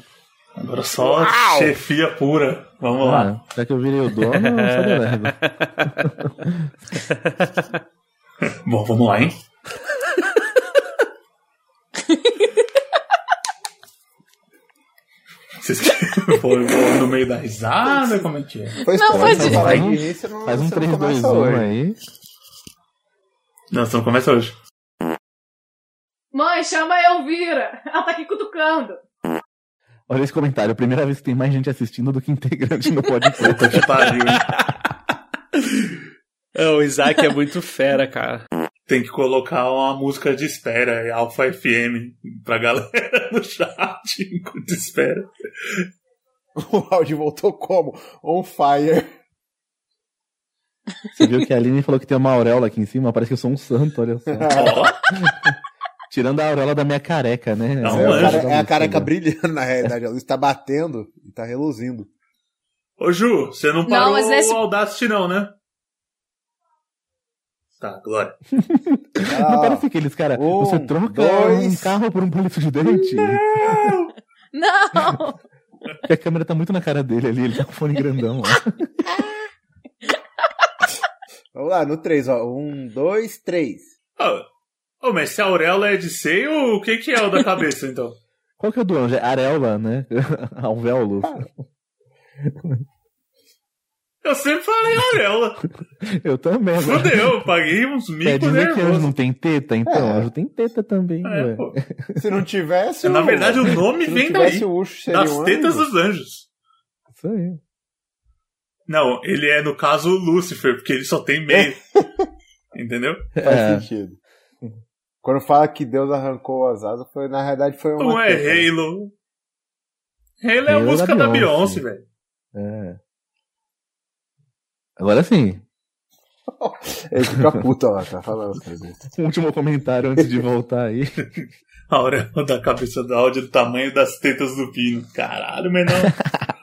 S2: Agora só chefia pura. Vamos lá.
S4: Ah, já que eu virei o dono, eu só [LAUGHS] delego.
S2: Bom, vamos [LAUGHS] lá, hein? Vocês querem- vou, vou no meio da risada? Como é que é?
S5: Foi
S6: Não,
S5: esperado
S6: foi
S5: você falar
S4: de-
S5: de início, não,
S4: Faz um
S5: você não
S4: 3, 2,
S5: começa
S4: 1
S5: [LAUGHS] hoje.
S4: aí.
S2: Não, você não começa hoje.
S6: Mãe, chama a Elvira. Ela tá aqui cutucando.
S4: Olha esse comentário. é Primeira vez que tem mais gente assistindo do que integrante no podcast.
S2: Puta que pariu.
S3: [LAUGHS] É, o Isaac é muito fera, cara.
S2: Tem que colocar uma música de espera, Alpha FM, pra galera [LAUGHS] no chat enquanto espera.
S5: O áudio voltou como? On fire.
S4: Você viu que a Aline falou que tem uma auréola aqui em cima? Parece que eu sou um santo, olha só.
S2: Ó,
S4: Tirando a auréola da minha careca, né?
S2: Não,
S5: É,
S2: um
S5: a
S2: anjo.
S5: cara- é a careca brilhando, na realidade. A luz tá batendo e tá reluzindo.
S2: Ô Ju, você não
S6: Não,
S2: parou
S6: mas nesse-
S2: o Audacity não, né? Tá, Glória.
S5: Ah,
S4: Não parece aqueles, cara.
S5: Um,
S4: você troca
S5: dois.
S4: um carro por um palito de dente.
S6: Não!
S4: Porque a câmera tá muito na cara dele ali, ele tá com o fone grandão. Ó.
S5: Ah, Vamos lá, no 3, ó. 1, 2, 3.
S2: Ô, ô, mas se a auréola é de seio, o que que é o
S6: [LAUGHS]
S2: da cabeça, então?
S4: Qual que é o do anjo? É Arelva, né? [LAUGHS] Alvéolo.
S5: Ah.
S2: Eu sempre falei auréola.
S4: Eu também. agora.
S2: Fudeu, eu paguei uns
S4: Quer
S2: micos
S4: dizer que anjo
S2: nervosos.
S4: não tem teta? Então,
S5: É.
S4: anjo tem teta também,
S2: É,
S4: ué.
S2: pô.
S5: Se não tivesse.
S2: É,
S5: um-
S2: Na verdade, o nome
S5: se não
S2: vem
S5: tivesse
S2: daí.
S5: o Ucho, seria
S2: Das
S5: um
S2: tetas
S5: anjo.
S2: dos anjos.
S4: Isso aí.
S2: Não, ele é, no caso, o Lúcifer, porque ele só tem
S5: [LAUGHS]
S2: meio. Entendeu?
S5: Faz
S4: É.
S5: sentido. Quando fala que Deus arrancou as asas, foi, na realidade foi uma.
S2: Não é
S5: teta.
S2: Halo. Halo é a
S4: Halo da
S2: música da Beyoncé,
S4: Beyoncé.
S2: velho.
S4: É. Agora sim,
S5: Ele fica puto, ó. Tá falando as coisas.
S4: um último comentário antes de voltar aí.
S2: A auréola [LAUGHS] da cabeça do áudio do tamanho das tetas do pino. Caralho, menor.
S6: [LAUGHS]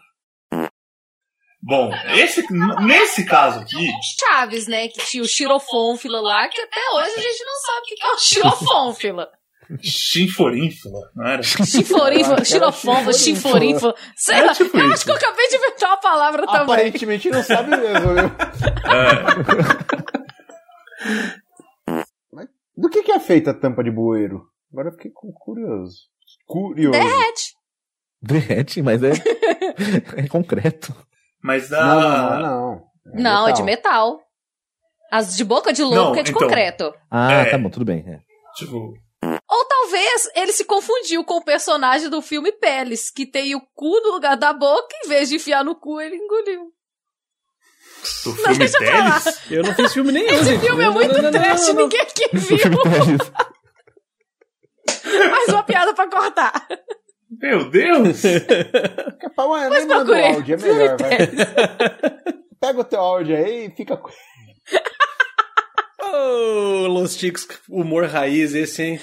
S2: Bom, esse, n- nesse caso aqui,
S6: Chaves, né? Que tinha o xirofônfila lá, que até hoje a gente não sabe o que que é o xirofônfila.
S2: chinforínfula, não era?
S6: Xinforínfila, xirofônfila, xinforínfila. Sei
S2: É
S6: lá,
S2: tipo
S6: eu
S2: isso.
S6: acho que eu acabei de inventar uma palavra
S3: Ah,
S6: também.
S5: Aparentemente não sabe mesmo, viu?
S2: É,
S5: Mas do que, que é feita a tampa de bueiro? Agora eu fiquei cu- curioso. Curioso.
S6: Derrete.
S4: Derrete, mas
S5: [LAUGHS]
S4: é, é concreto.
S2: Mas da.
S5: Não, não, não, não.
S6: Não, é de metal. As de boca de
S2: Não,
S6: louco que é de
S2: então.
S6: concreto.
S4: Ah,
S2: É.
S4: tá bom, tudo bem. é.
S2: Tipo,
S6: Ou talvez ele se confundiu com o personagem do filme Peles, que tem o cu no lugar da boca, em vez de enfiar no cu, ele engoliu.
S2: do filme
S6: deixa pra lá.
S2: Teles?
S3: Eu não fiz filme nenhum,
S6: Esse
S3: gente.
S6: filme é
S3: Não,
S6: muito
S3: não, não, não,
S6: trash,
S3: não, não.
S6: ninguém aqui
S4: é O filme
S6: viu.
S4: Teles.
S6: Mais uma piada pra cortar.
S2: Meu Deus!
S5: É pra amanhã, nem manda o
S6: procurei.
S5: áudio, é melhor, vai. [LAUGHS] Pega o teu áudio aí e fica. com-
S3: Ô, Los Chicos, humor raiz esse, hein?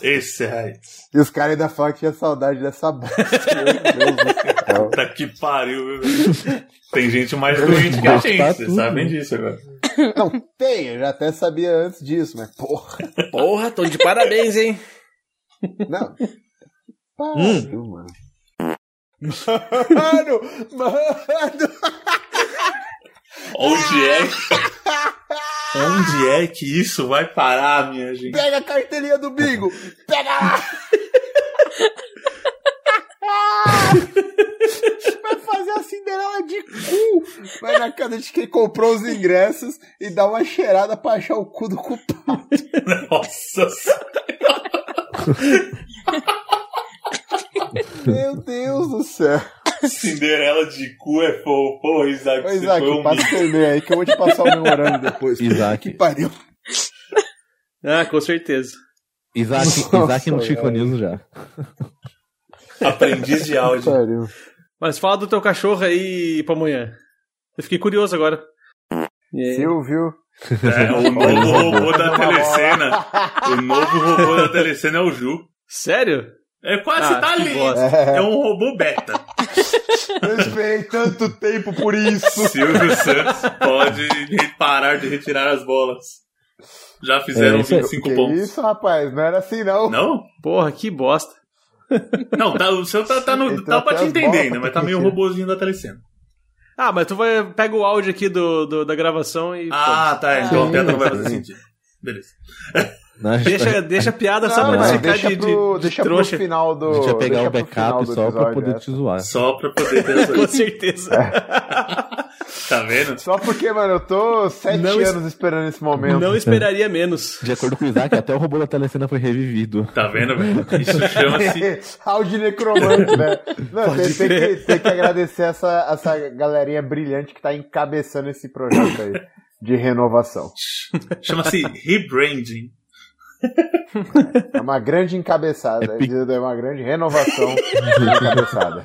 S2: Esse é, aí.
S5: E os caras ainda falam que tinha saudade dessa bosta. [LAUGHS] Meu Deus do céu.
S2: Puta que pariu, viu? Tem gente mais doente que a gente,
S4: Tá
S2: vocês
S4: tudo.
S2: sabem disso agora.
S5: Não, tem, eu já até sabia antes disso, mas porra.
S3: Porra, tô de parabéns, hein?
S5: Não. Pariu, mano. Mano, mano.
S2: Onde é que...
S5: [LAUGHS]
S2: Onde é que isso vai parar, minha gente?
S5: Pega a carteirinha do bingo. Pega lá. Vai fazer a Cinderela de cu. Vai na casa de quem comprou os ingressos e dá uma cheirada pra achar o cu do culpado.
S2: Nossa senhora.
S5: Meu Deus do céu.
S2: Cinderela de cu é fogo. Porra, Isaac,
S5: Ô,
S2: você
S5: Isaac,
S2: foi um
S5: passa o teu e-mail aí que eu vou te passar o memorando depois.
S4: Isaac.
S5: Que pariu.
S3: Ah, com certeza.
S4: Isaac,
S5: Nossa,
S4: Isaac no
S5: velho.
S4: Chico News já.
S2: bicho. aprendiz de
S5: Que [LAUGHS]
S2: áudio.
S5: pariu.
S3: Mas fala do teu cachorro aí pra amanhã. Eu fiquei curioso agora. E aí?
S5: Silvio.
S2: É, o novo robô da telecena. O novo robô da telecena é o Ju.
S3: Sério?
S2: É quase
S3: Ah,
S2: tá
S3: que
S2: ali.
S3: bosta.
S2: É um robô beta.
S5: Eu esperei tanto tempo por isso.
S2: Silvio Santos pode parar de retirar as bolas. Já fizeram
S4: É, isso é-
S2: 25
S5: que
S2: pontos.
S5: isso, rapaz? Não era assim, não.
S2: Não?
S3: Porra, que bosta.
S2: Não, tá, o seu tá, tá no,
S5: Ele
S2: dá
S5: tá
S2: pra
S5: até
S2: te
S5: as
S2: entender
S5: bolas
S2: ainda,
S5: pra
S2: mas tá meio
S5: tirar.
S2: robozinho da telecena.
S3: Ah, mas tu vai. Pega o áudio aqui do, do- da gravação e.
S2: Ah, tá, é, então a piada não vai fazer sentido. Beleza.
S4: Na-
S3: pô, deixa, deixa a piada só
S5: Não,
S3: pra
S5: mas
S3: te ficar
S5: deixa
S3: de, de-
S5: pro,
S3: de
S5: deixa pro
S3: trouxa.
S5: final do.
S4: a gente vai pegar
S5: deixa
S4: o
S5: pro final
S4: backup
S5: do
S4: só pra
S5: episódio,
S4: poder
S5: é.
S4: te zoar.
S2: Só pra poder ter essa-
S5: [LAUGHS]
S3: Com certeza.
S2: Tá vendo?
S5: Só porque, mano, eu tô sete
S3: Não es-
S5: anos esperando esse momento. [LAUGHS]
S3: Não esperaria menos.
S4: De acordo com o Isaac, até o robô da telecena foi
S5: [LAUGHS]
S4: revivido.
S2: Tá vendo, velho? Isso chama-se.
S5: Áudio necromante, né? Não,
S3: Pode
S5: tem, tem que,
S3: crer.
S5: tem que agradecer essa, essa galerinha brilhante que tá encabeçando esse projeto aí de renovação.
S2: Chama-se rebranding.
S5: É uma grande é encabeçada, é uma grande renovação de encabeçada.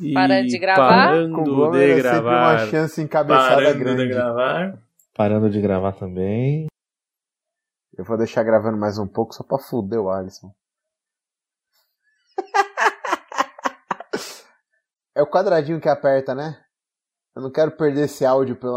S3: E
S6: Parando de gravar.
S5: Com
S3: Parando
S5: Glomer
S3: de
S5: era sempre uma
S3: gravar.
S5: chance encabeçada
S2: Parando né, de
S5: É grande.
S2: gravar.
S4: Parando de gravar também.
S5: Eu vou deixar gravando mais um pouco só pra fuder o Alisson. [LAUGHS] é o quadradinho que aperta, né? Eu não quero perder esse áudio pelo.